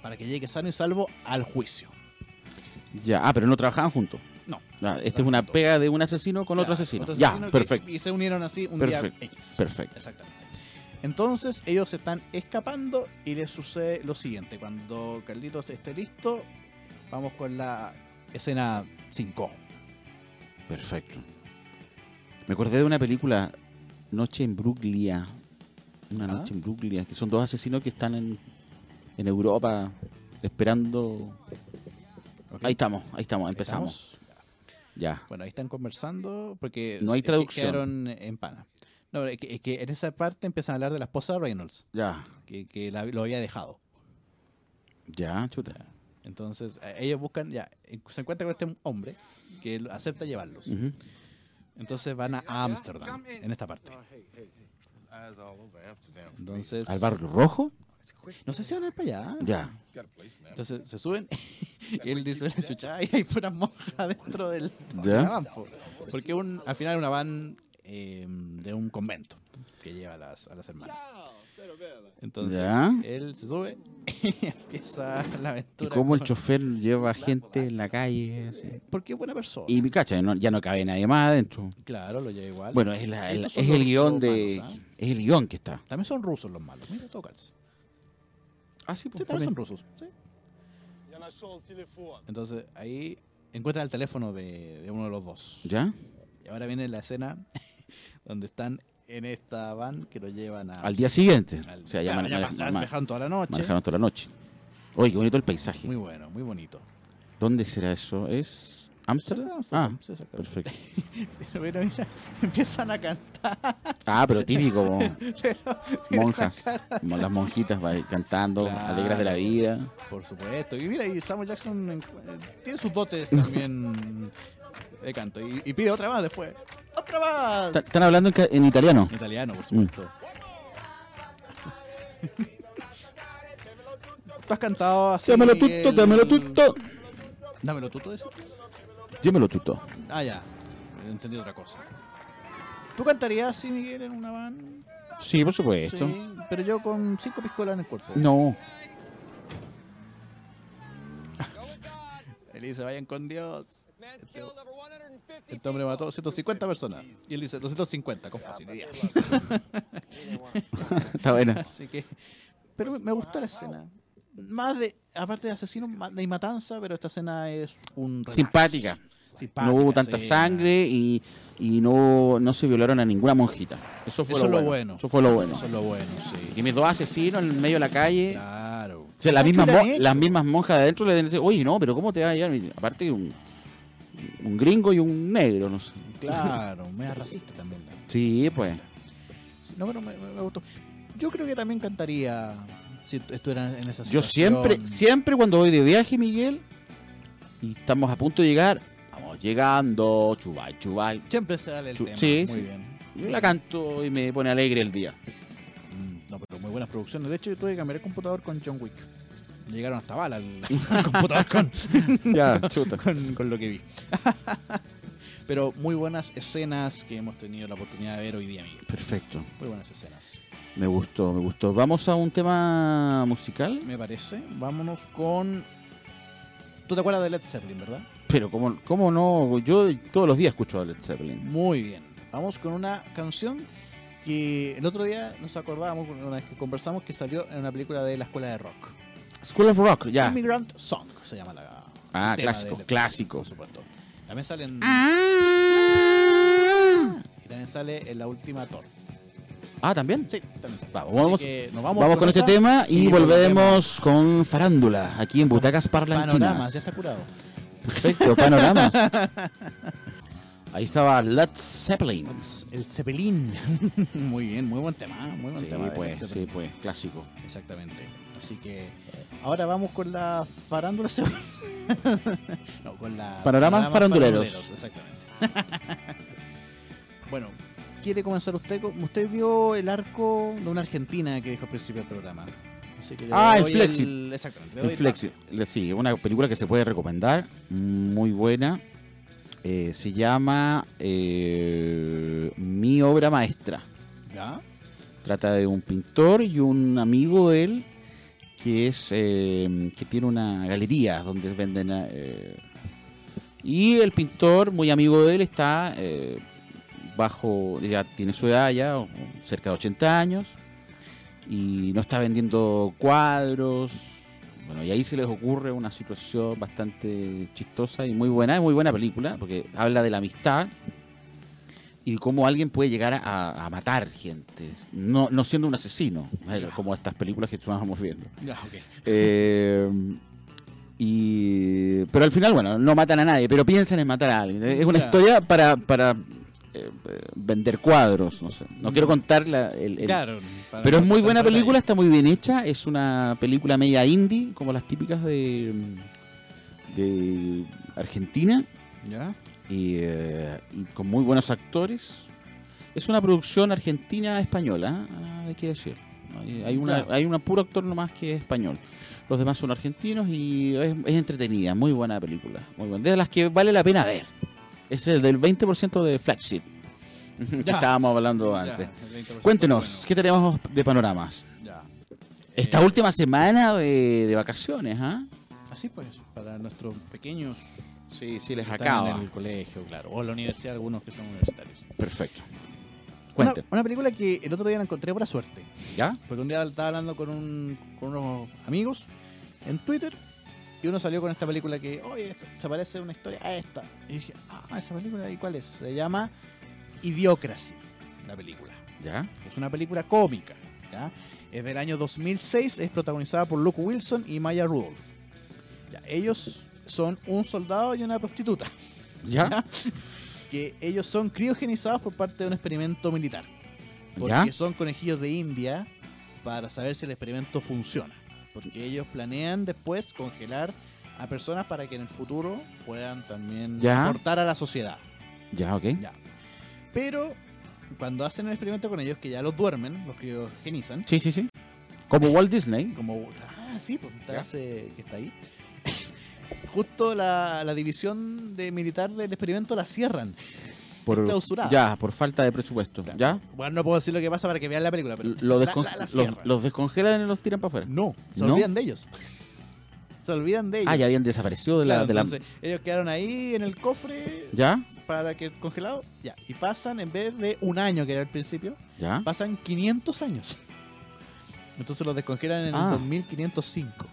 Speaker 1: para que llegue sano y salvo al juicio.
Speaker 2: Ya, ah, pero no trabajaban juntos.
Speaker 1: No.
Speaker 2: Ya, esta Ah, este es una pega de un asesino con otro
Speaker 1: Claro,
Speaker 2: asesino.
Speaker 1: otro
Speaker 2: ya,
Speaker 1: asesino que-
Speaker 2: perfecto.
Speaker 1: Y se unieron así un
Speaker 2: Perfecto,
Speaker 1: día X.
Speaker 2: perfecto.
Speaker 1: Exactamente. Entonces ellos se están escapando y les sucede lo siguiente. Cuando Carlitos esté listo, vamos con la escena 5.
Speaker 2: Perfecto. Me acordé de una película, Noche en Bruglia.
Speaker 1: Ah.
Speaker 2: Una noche en Bruglia, que son dos asesinos que están en, en Europa esperando. Ahí estamos, ahí estamos, empezamos. Ya.
Speaker 1: Bueno, ahí están conversando porque
Speaker 2: No hay
Speaker 1: es que
Speaker 2: traducción.
Speaker 1: quedaron en pana. No, es que, es que en esa parte empiezan a hablar de la esposa de Reynolds,
Speaker 2: Ya,
Speaker 1: que, que la- lo había dejado.
Speaker 2: ya, chuta.
Speaker 1: Entonces, eh, ellos buscan, ya, eh, se encuentran con este hombre que lo- acepta llevarlos.
Speaker 2: Ujú.
Speaker 1: Entonces van a Ámsterdam, en esta parte. Entonces,
Speaker 2: ¿Al barrio rojo?
Speaker 1: no sé si van a ir para allá.
Speaker 2: Ya.
Speaker 1: Entonces se suben y él dice la chucha y hay puras monjas dentro del,
Speaker 2: Ya.
Speaker 1: em, de la van, po. Porque un, al final es una van eh, de un convento. que lleva a las, a las hermanas. Entonces,
Speaker 2: Ya.
Speaker 1: él se sube y empieza la
Speaker 2: Y
Speaker 1: aventura.
Speaker 2: cómo el
Speaker 1: con-
Speaker 2: chofer lleva gente en la calle. así.
Speaker 1: Porque es buena persona.
Speaker 2: Y cacha, no- ya no cabe nadie más adentro.
Speaker 1: claro, lo lleva igual.
Speaker 2: Bueno, es, la- es la-
Speaker 1: Estos son
Speaker 2: es el
Speaker 1: los-
Speaker 2: guión
Speaker 1: los
Speaker 2: de.
Speaker 1: malos, ¿ah?
Speaker 2: Es el guión que está.
Speaker 1: También son rusos los malos. Mira, todo calza.
Speaker 2: Ah, sí,
Speaker 1: Sí, también son rusos. sí. Entonces, ahí encuentra el teléfono de, de uno de los dos.
Speaker 2: ¿Ya?
Speaker 1: Y ahora viene la escena donde están en esta van que lo llevan a-
Speaker 2: Ah. Al día siguiente.
Speaker 1: al-
Speaker 2: o sea, ya,
Speaker 1: claro,
Speaker 2: mane-
Speaker 1: ya
Speaker 2: mane-
Speaker 1: pasaron,
Speaker 2: ma-
Speaker 1: viajaron toda la noche.
Speaker 2: manejaron toda la noche. Oye, qué bonito el paisaje.
Speaker 1: Muy bueno, muy bonito.
Speaker 2: ¿Dónde será eso? ¿Es Ámsterdam? Ah,
Speaker 1: Sí, exactamente.
Speaker 2: perfecto.
Speaker 1: Pero mira, empiezan a cantar.
Speaker 2: Ah, pero típico. mo- Monjas. mo- Las monjitas va- cantando,
Speaker 1: Claro.
Speaker 2: alegres de la vida.
Speaker 1: Por supuesto. Y mira, y Samuel Jackson eh, tiene sus dotes también de canto. Y, y pide otra más después. ¡Otra más!
Speaker 2: Ta- Están hablando en, ca- en italiano.
Speaker 1: En italiano, por supuesto.
Speaker 2: Mm.
Speaker 1: Tú has cantado así.
Speaker 2: Dámelo tutto,
Speaker 1: el-
Speaker 2: dámelo tutto.
Speaker 1: Dámelo tutto, eso.
Speaker 2: Dímelo tutto.
Speaker 1: Ah, ya. Entendí otra cosa. ¿Tú cantarías así, Miguel, en una van?
Speaker 2: Sí, por supuesto.
Speaker 1: Sí, pero yo con cinco piscolas en el cuerpo.
Speaker 2: No.
Speaker 1: Él dice, vayan con Dios. Este hombre mató 150 personas. Y él dice, 250, con facilidad.
Speaker 2: Está buena.
Speaker 1: Así que... Pero me- me gustó la escena. Más de... Aparte de asesino ma- y matanza, pero esta escena es un... relax.
Speaker 2: Simpática.
Speaker 1: Simpática
Speaker 2: No hubo tanta
Speaker 1: escena.
Speaker 2: sangre y, y no, no se violaron a ninguna monjita. Eso fue
Speaker 1: Eso
Speaker 2: lo,
Speaker 1: es lo
Speaker 2: bueno.
Speaker 1: bueno.
Speaker 2: Eso fue lo bueno.
Speaker 1: Eso es lo bueno, sí.
Speaker 2: Y mis dos asesinos en medio de la calle.
Speaker 1: Claro.
Speaker 2: O sea, las
Speaker 1: ¿Sabes qué
Speaker 2: mismas,
Speaker 1: hubieran
Speaker 2: mon-
Speaker 1: hecho?
Speaker 2: las mismas monjas de adentro le dicen, oye, no, pero ¿cómo te vas a llevar? Y Aparte, un, un gringo y un negro, no sé.
Speaker 1: Claro, mega racista también. la-
Speaker 2: Sí, pues.
Speaker 1: Sí, No, pero me, me- me gustó. Yo creo que también cantaría si tu- estuviera en esa situación.
Speaker 2: Yo siempre, siempre cuando voy de viaje, Miguel, y estamos a punto de llegar, vamos llegando, chubay, chubay.
Speaker 1: Siempre sale el
Speaker 2: Chu-
Speaker 1: tema.
Speaker 2: sí,
Speaker 1: muy
Speaker 2: sí.
Speaker 1: bien.
Speaker 2: Yo la canto y me pone alegre el día.
Speaker 1: Mm, No, pero muy buenas producciones. De hecho, yo tuve que cambiar el computador con John Wick. Llegaron hasta bala al, al computador con,
Speaker 2: Ya, Ah, chuta.
Speaker 1: con, con lo que vi. Pero muy buenas escenas que hemos tenido la oportunidad de ver hoy día, Miguel.
Speaker 2: Perfecto.
Speaker 1: Muy buenas escenas.
Speaker 2: Me gustó, me gustó. Vamos a un tema musical.
Speaker 1: Me parece. Vámonos con. ¿Tú te acuerdas de Led Zeppelin, verdad?
Speaker 2: Pero ¿cómo, cómo no? Yo todos los días escucho a Led Zeppelin.
Speaker 1: Muy bien. Vamos con una canción que el otro día nos acordábamos, una vez que conversamos, que salió en una película de la escuela de rock.
Speaker 2: School of Rock, ya.
Speaker 1: Immigrant Song se llama la.
Speaker 2: Ah,
Speaker 1: el tema de
Speaker 2: clásico,
Speaker 1: Led Zeppelin,
Speaker 2: clásico.
Speaker 1: Por supuesto. También sale en,
Speaker 2: Ah.
Speaker 1: y también sale en la última torre.
Speaker 2: Ah, también.
Speaker 1: Sí, también sale.
Speaker 2: Vamos,
Speaker 1: Así
Speaker 2: vamos,
Speaker 1: que nos
Speaker 2: vamos, con este
Speaker 1: esa
Speaker 2: tema y,
Speaker 1: y
Speaker 2: volvemos con farándula aquí en Butacas
Speaker 1: Panoramas,
Speaker 2: Parlanchinas.
Speaker 1: ya está curado.
Speaker 2: Perfecto, panoramas. Ahí estaba Led Zeppelin.
Speaker 1: El Zeppelin. muy bien, muy buen tema. Muy buen
Speaker 2: Sí,
Speaker 1: tema. de
Speaker 2: pues,
Speaker 1: Led
Speaker 2: sí,
Speaker 1: Zeppelin.
Speaker 2: pues, clásico.
Speaker 1: Exactamente. Así que ahora vamos con la farándula. se- no, con la.
Speaker 2: Panoramas faranduleros.
Speaker 1: Exactamente. bueno, ¿quiere comenzar usted? con- Usted dio el arco de una argentina que dijo al principio del programa. Así que le
Speaker 2: Ah, el
Speaker 1: doy
Speaker 2: Flexit.
Speaker 1: exactamente. le doy
Speaker 2: El Flexi- le- Sí, una película que se puede recomendar, muy buena. Eh, se llama eh, Mi obra maestra.
Speaker 1: el- ¿Ya?
Speaker 2: Trata de un pintor y un amigo de él que es eh, que tiene una galería donde venden eh, y el pintor muy amigo de él está eh, bajo ya tiene su edad ya o- cerca de 80 años y no está vendiendo cuadros bueno y ahí se les ocurre una situación bastante chistosa y muy buena es muy buena película porque habla de la amistad y cómo alguien puede llegar a, a matar gente, no, no siendo un asesino, eh, como estas películas que estábamos viendo.
Speaker 1: Ya, ok.
Speaker 2: Eh, y, pero al final, bueno, no matan a nadie, pero piensan en matar a alguien. Es una
Speaker 1: Claro.
Speaker 2: historia para, para eh, vender cuadros, no sé. No quiero contar la, el- el-
Speaker 1: Claro. para
Speaker 2: Pero es
Speaker 1: no
Speaker 2: muy
Speaker 1: estar
Speaker 2: buena
Speaker 1: en detalle.
Speaker 2: película, está muy bien hecha. Es una película media indie, como las típicas de, de Argentina
Speaker 1: ¿Ya?
Speaker 2: y, eh, y con muy buenos actores. Es una producción argentina-española, ¿eh? Ah, hay que decir. Hay, hay una,
Speaker 1: Claro.
Speaker 2: hay un puro actor nomás que es español. Los demás son argentinos y es, es entretenida, muy buena película. Muy buena. De las que vale la pena ver. Es el del 20% de Flagship. que estábamos hablando
Speaker 3: Ya,
Speaker 2: antes.
Speaker 3: 20%
Speaker 2: Cuéntenos,
Speaker 3: bueno.
Speaker 2: ¿qué tenemos de panoramas?
Speaker 3: Ya.
Speaker 2: Esta
Speaker 3: Eh,
Speaker 2: última semana de, de vacaciones, ¿ah?
Speaker 3: Así pues, para nuestros pequeños
Speaker 2: Sí, sí, les
Speaker 3: que están
Speaker 2: acaba.
Speaker 3: en el colegio, claro, o en la universidad, algunos que son universitarios.
Speaker 2: Perfecto.
Speaker 1: Una,
Speaker 2: Cuenten,
Speaker 1: una película que el otro día la encontré por suerte.
Speaker 2: ¿ya?
Speaker 1: Porque un día estaba hablando con, un- con unos amigos en Twitter y uno salió con esta película que, oye, esto- se parece una historia a esta. Y dije, ah, esa película, ¿y cuál es? Se llama Idiocracy, la película.
Speaker 2: ¿Ya?
Speaker 1: Es una película cómica. ¿ya? Es del año 2006, es protagonizada por Luke Wilson y Maya Rudolph. Ya, ellos son un soldado y una prostituta,
Speaker 2: ¿Ya?
Speaker 1: que ellos son criogenizados por parte de un experimento militar. Porque
Speaker 2: ¿Ya?
Speaker 1: son conejillos de India para saber si el experimento funciona. Porque ellos planean después congelar a personas para que en el futuro puedan también
Speaker 2: Ya.
Speaker 1: aportar a la sociedad.
Speaker 2: ¿Ya? ¿Ok?
Speaker 1: Ya. Pero cuando hacen el experimento con ellos, que ya los duermen, los criogenizan,
Speaker 2: Sí, sí, sí. Como Walt Disney.
Speaker 1: como ah sí pues está
Speaker 2: ¿Ya?
Speaker 1: ese que está ahí justo la, la división de militar del experimento la cierran
Speaker 2: Por,
Speaker 1: clausurada.
Speaker 2: ya, por falta de presupuesto. ¿Ya?
Speaker 1: bueno no puedo decir lo que pasa para que vean la película pero
Speaker 2: Lo
Speaker 1: la-
Speaker 2: descon-
Speaker 1: la- la
Speaker 2: los,
Speaker 1: cierran.
Speaker 2: los descongelan y los tiran para afuera.
Speaker 1: no se
Speaker 2: ¿No?
Speaker 1: olvidan de ellos se olvidan de ellos
Speaker 2: Ah, ya habían desaparecido de la...
Speaker 1: Claro,
Speaker 2: de la-
Speaker 1: entonces, ellos quedaron ahí en el cofre
Speaker 2: ¿Ya?
Speaker 1: para que congelado ya y pasan en vez de un año que era el principio
Speaker 2: ¿Ya?
Speaker 1: pasan 500 años entonces los descongelan en
Speaker 2: Ah.
Speaker 1: el 2505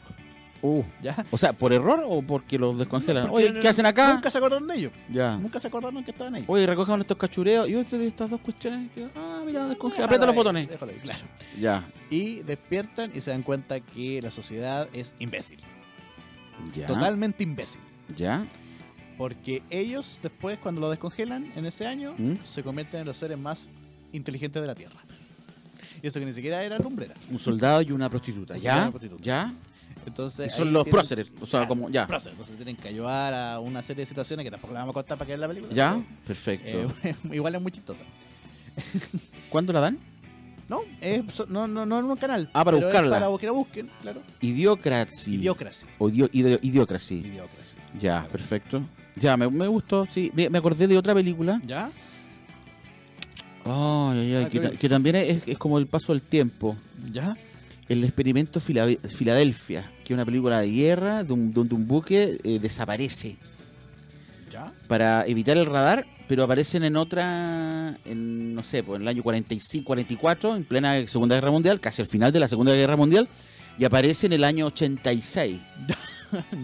Speaker 2: Uh,
Speaker 1: ya
Speaker 2: O sea, ¿por error o porque los descongelan?
Speaker 1: Porque
Speaker 2: Oye, ¿qué hacen acá?
Speaker 1: nunca se acordaron de ellos
Speaker 2: Ya.
Speaker 1: nunca se acordaron que estaban ahí
Speaker 2: Ah. Oye, recojan estos cachureos. Y otro de estas dos cuestiones. que- Ah, mira, descongela.
Speaker 1: Déjalo
Speaker 2: Aprieta los
Speaker 1: ahí,
Speaker 2: botones.
Speaker 1: déjalo ahí, claro.
Speaker 2: Ya.
Speaker 1: Y despiertan y se dan cuenta que la sociedad es imbécil.
Speaker 2: Ya.
Speaker 1: Totalmente imbécil.
Speaker 2: Ya.
Speaker 1: Porque ellos, después, cuando lo descongelan en ese año,
Speaker 2: ¿Mm?
Speaker 1: se convierten en los seres más inteligentes de la Tierra. Y eso que ni siquiera era lumbrera.
Speaker 2: Un soldado y una prostituta.
Speaker 1: Y
Speaker 2: Ya.
Speaker 1: una prostituta.
Speaker 2: Ya.
Speaker 1: Entonces,
Speaker 2: Que son
Speaker 1: ahí
Speaker 2: los
Speaker 1: tienen-
Speaker 2: próceres. O sea,
Speaker 1: Claro,
Speaker 2: como. Ya.
Speaker 1: próceres. Entonces tienen que ayudar a una serie de situaciones que tampoco la vamos a contar para que vean la película.
Speaker 2: Ya.
Speaker 1: pero,
Speaker 2: Perfecto.
Speaker 1: eh, igual es muy chistosa.
Speaker 2: ¿Cuándo la dan?
Speaker 1: No, es, so- no, no, no en un canal.
Speaker 2: Ah,
Speaker 1: pero
Speaker 2: para
Speaker 1: es
Speaker 2: buscarla.
Speaker 1: Para que la busquen, claro.
Speaker 2: Idiocracy.
Speaker 1: Idiocracy.
Speaker 2: O dio- ideo- idiocracy.
Speaker 1: Idiocracy.
Speaker 2: Ya, perfecto. Ya, me, me gustó, sí. Me, me acordé de otra película.
Speaker 1: ¿Ya?
Speaker 2: Ay, ay, ay,
Speaker 1: Ah,
Speaker 2: que,
Speaker 1: qué
Speaker 2: ta-
Speaker 1: bien.
Speaker 2: que también es, es como el paso del tiempo.
Speaker 1: ¿Ya?
Speaker 2: El experimento Fila- Filadelfia, que es una película de guerra de un- donde un buque eh, desaparece
Speaker 1: ¿Ya?
Speaker 2: para evitar el radar, pero aparecen en otra, en, no sé, pues, en el año 45, 44, en plena Segunda Guerra Mundial, casi al final de la Segunda Guerra Mundial, y aparece en el año 86.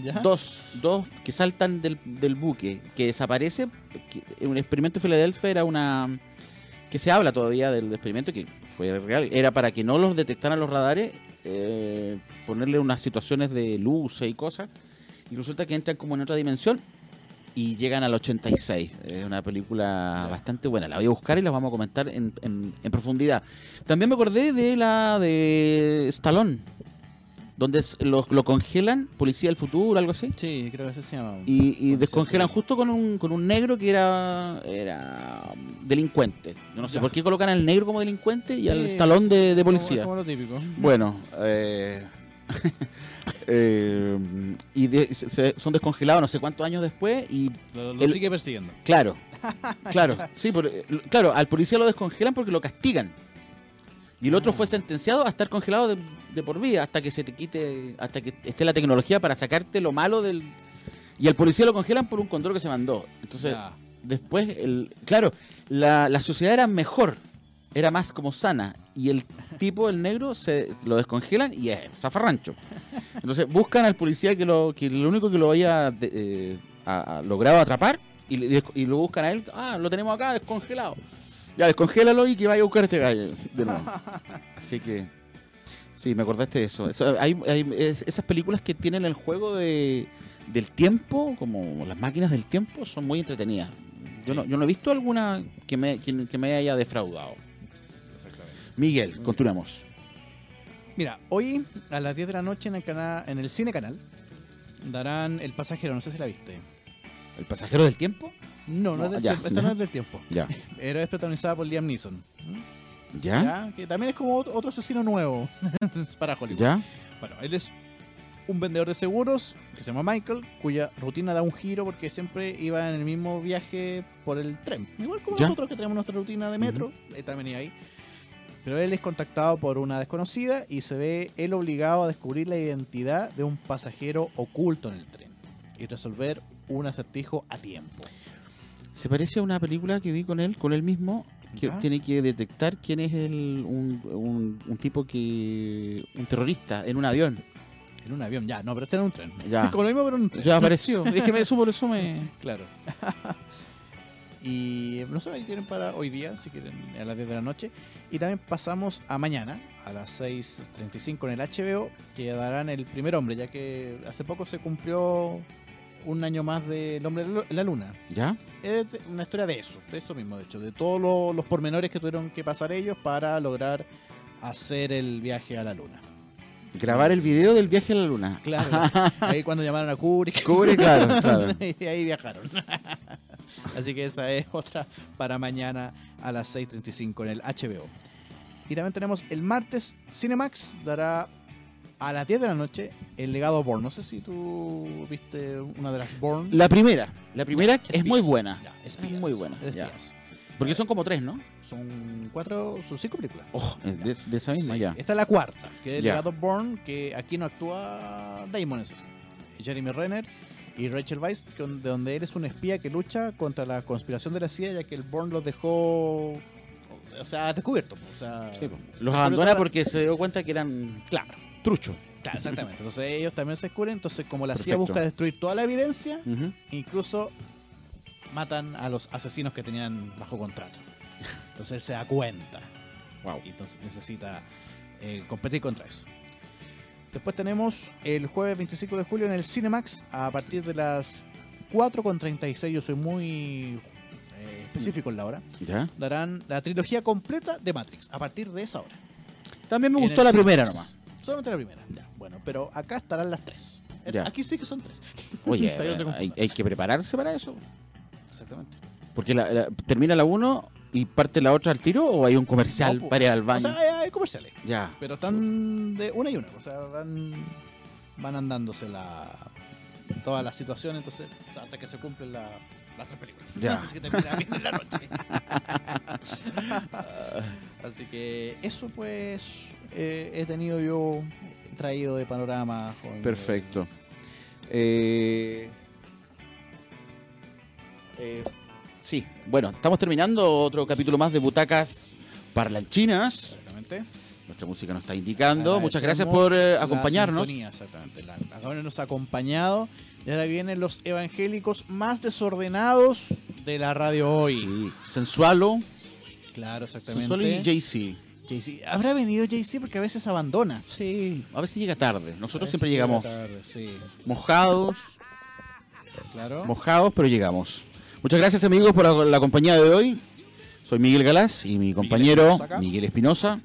Speaker 1: ¿Ya?
Speaker 2: Dos, dos que saltan del, del buque, que desaparece. que- en un experimento en Filadelfia era una. que se habla todavía del experimento, que fue real. Era para que no los detectaran los radares, eh, ponerle unas situaciones de luces y cosas. Y resulta que entran como en otra dimensión y llegan al 86. Es una película bastante buena. La voy a buscar y la vamos a comentar en, en- en profundidad. También me acordé de la de Stallone, donde es- lo, lo congelan, Policía del Futuro, algo así.
Speaker 3: Sí, creo que ese se llama.
Speaker 2: Y, y
Speaker 3: Policía
Speaker 2: descongelan
Speaker 3: del Futuro.
Speaker 2: justo con un, con un negro que era, era um, delincuente. Yo no sé
Speaker 3: Ya.
Speaker 2: por qué colocan al negro como delincuente y al
Speaker 3: Sí,
Speaker 2: Stallone de, de
Speaker 3: Como-
Speaker 2: policía.
Speaker 3: Como, lo típico.
Speaker 2: Bueno, eh, eh, y de- se- se- son descongelados no sé cuántos años después y
Speaker 3: Lo, lo
Speaker 2: El-
Speaker 3: sigue persiguiendo.
Speaker 2: claro, claro, sí, por- eh, lo- claro, al policía lo descongelan porque lo castigan. Y el otro fue sentenciado a estar congelado de, de por vida hasta que se te quite, hasta que esté la tecnología para sacarte lo malo del y al policía lo congelan por un control que se mandó. Entonces,
Speaker 3: Ya.
Speaker 2: después, el, claro, la, la sociedad era mejor, era más como sana. Y el tipo, el negro, se lo descongelan y es zafarrancho. Entonces buscan al policía que lo, que lo único que lo había de- eh, a- a- logrado atrapar y, le- y lo buscan a él. Ah, lo tenemos acá descongelado. Ya, descongélalo y que vaya a buscar a este gallo de nuevo. Así que, sí, me acordaste de eso. Eso, hay, hay- es- esas películas que tienen el juego de, del tiempo, como las máquinas del tiempo, son muy entretenidas. Yo no, yo no he visto alguna que me, que, que me haya defraudado. Miguel, continuamos.
Speaker 1: Mira, hoy a las 10 de la noche en el, cana- en el Cine Canal darán El Pasajero, no sé si la viste.
Speaker 2: ¿El pasajero del tiempo?
Speaker 1: No, no, es
Speaker 2: No,
Speaker 1: del
Speaker 2: ya.
Speaker 1: tiempo. Esta no es del tiempo.
Speaker 2: Ya.
Speaker 1: Pero es protagonizada por Liam Neeson.
Speaker 2: ¿Ya? ¿Ah?
Speaker 1: ¿ya? Que también es como ot- otro asesino nuevo para Hollywood.
Speaker 2: ¿Ya?
Speaker 1: Bueno, él es un vendedor de seguros que se llama Michael, cuya rutina da un giro porque siempre iba en el mismo viaje por el tren. Igual como
Speaker 2: Ya.
Speaker 1: nosotros que tenemos nuestra rutina de metro, él también iba ahí. Pero él es contactado por una desconocida y se ve él obligado a descubrir la identidad de un pasajero oculto en el tren y resolver un acertijo a tiempo.
Speaker 2: Se parece a una película que vi con él, con él mismo, que
Speaker 1: Ya.
Speaker 2: tiene que detectar quién es el, un, un- un tipo que. un terrorista en un avión.
Speaker 1: En un avión, ya, no, pero este era un tren.
Speaker 2: Ya.
Speaker 1: Como lo mismo, pero en un tren.
Speaker 2: Ya apareció. es que me, eso por eso me.
Speaker 1: Claro. y no sé, ahí tienen para hoy día, si quieren, a las 10 de la noche. Y también pasamos a mañana, a las 6.35 en el HBO, que darán el primer hombre, ya que hace poco se cumplió un año más del hombre en la luna.
Speaker 2: ¿Ya?
Speaker 1: Es una historia de eso, de eso mismo, de hecho, de todos lo- los pormenores que tuvieron que pasar ellos para lograr hacer el viaje a la luna.
Speaker 2: Grabar el video del viaje a la luna.
Speaker 1: Claro, ahí cuando llamaron a Kubrick.
Speaker 2: Cubre, claro, claro.
Speaker 1: y ahí viajaron. Así que esa es otra para mañana a las 6.35 en el HBO. Y también tenemos el martes Cinemax dará a las 10 de la noche el legado Born. No sé si tú viste una de las Born.
Speaker 2: La primera. La primera es
Speaker 1: Espías.
Speaker 2: muy buena.
Speaker 1: Ya,
Speaker 2: Es
Speaker 1: espías.
Speaker 2: muy buena. ya.
Speaker 1: Espías.
Speaker 2: Porque son como tres, ¿no?
Speaker 1: Son cuatro, son cinco películas.
Speaker 2: Oh, es de, de esa misma,
Speaker 1: Sí,
Speaker 2: ya.
Speaker 1: Esta es la cuarta, que es el
Speaker 2: Ya.
Speaker 1: legado Born, que aquí no actúa Damon, eso sí. Jeremy Renner y Rachel Weisz, que- de donde él es un espía que lucha contra la conspiración de la CIA, ya que el Born los dejó, o sea, descubierto. O sea,
Speaker 2: Sí, pues. po. Los abandona porque se dio cuenta que eran
Speaker 1: Claro,
Speaker 2: truchos.
Speaker 1: claro, exactamente. Entonces ellos también se descubren, entonces como la CIA
Speaker 2: Perfecto.
Speaker 1: busca destruir toda la evidencia,
Speaker 2: Ujú.
Speaker 1: incluso matan a los asesinos que tenían bajo contrato. Entonces él se da cuenta.
Speaker 2: Wow.
Speaker 1: Y entonces necesita eh, competir contra eso. Después tenemos el jueves 25 de julio en el Cinemax a partir de las 4.36. Yo soy muy eh, específico en la hora.
Speaker 2: ¿Ya?
Speaker 1: Darán la trilogía completa de Matrix a partir de esa hora.
Speaker 2: También me
Speaker 1: En
Speaker 2: gustó
Speaker 1: el
Speaker 2: la primera
Speaker 1: Cinemax.
Speaker 2: nomás.
Speaker 1: Solamente la primera. Bueno, pero acá estarán las tres. Eh,
Speaker 2: Ya.
Speaker 1: Aquí sí que son tres.
Speaker 2: Oye, eh,
Speaker 1: Para que no se
Speaker 2: hay,
Speaker 1: confunda.
Speaker 2: hay que prepararse para eso.
Speaker 1: Exactamente.
Speaker 2: Porque la- la- termina la uno y parte la otra al tiro o hay un comercial
Speaker 1: No, po.
Speaker 2: para ir al
Speaker 1: O
Speaker 2: baño.
Speaker 1: sea, eh, hay- hay comerciales.
Speaker 2: ya.
Speaker 1: Pero están de una y una, o sea, van, van andándose la, todas las situaciones, entonces, o sea, hasta que se cumplen la- las tres películas.
Speaker 2: Ya.
Speaker 1: Así que termina bien en la noche. Así que eso, pues, eh, he tenido yo traído de panorama. joven.
Speaker 2: Perfecto. Eh, eh, sí, bueno, estamos terminando otro capítulo más de Butacas Parlanchinas.
Speaker 1: Exactamente.
Speaker 2: Nuestra música nos está indicando. Muchas gracias
Speaker 1: Agradecemos
Speaker 2: por eh,
Speaker 1: la
Speaker 2: acompañarnos.
Speaker 1: sintonía, exactamente. La, la Gabriela nos ha acompañado. Y ahora vienen los evangélicos más desordenados de la radio hoy.
Speaker 2: Sí, Sensualo,
Speaker 1: Claro, exactamente.
Speaker 2: Sensualo y Jay-Z.
Speaker 1: Jay-Z. ¿Habrá venido Jay-Z? Porque a veces abandona.
Speaker 2: Sí, a veces llega tarde. Nosotros
Speaker 1: A
Speaker 2: siempre
Speaker 1: veces
Speaker 2: llegamos
Speaker 1: llega tarde, sí,
Speaker 2: mojados,
Speaker 1: claro.
Speaker 2: mojados, pero llegamos. Muchas gracias amigos por la, la compañía de hoy. Soy Miguel Galás y mi compañero
Speaker 1: Espinosa acá.
Speaker 2: Miguel Espinosa.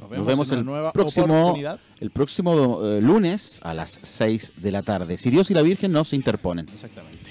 Speaker 1: Nos
Speaker 2: Nos vemos
Speaker 1: en
Speaker 2: el
Speaker 1: una nueva
Speaker 2: próximo,
Speaker 1: oportunidad.
Speaker 2: el próximo eh, lunes a las 6 de la tarde. Si Dios y la Virgen no se interponen.
Speaker 1: Exactamente.